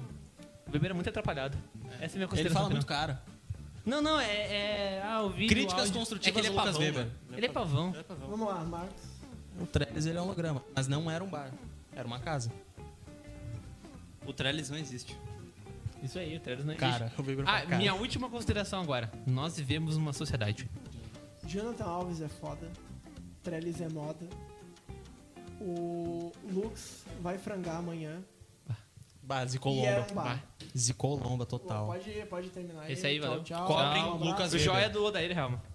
o Bebê é muito atrapalhado. Essa é a minha consideração Ele fala final. muito cara. Não, não, é. é ah, o vídeo, Críticas o áudio. construtivas É que ele é ao Lucas pavão, Weber. né? Ele é pavão. Vamos lá, Marcos. O Trellis ele é holograma, mas não era um bar, era uma casa. O Trellis não existe. Isso aí, o Trellis não Cara, existe. o Weber Ah, fala, cara. minha última consideração agora. Nós vivemos numa sociedade. Jonathan Alves é foda. Trellis é moda. O Lux vai frangar amanhã. Bah, E era Zicolomba. um bar. Bah. Zicolomba total. Pode, pode terminar Esse É aí, tchau, valeu. Tchau, Cobrem Tchau. Lucas O Weber. joia do Odair Helma.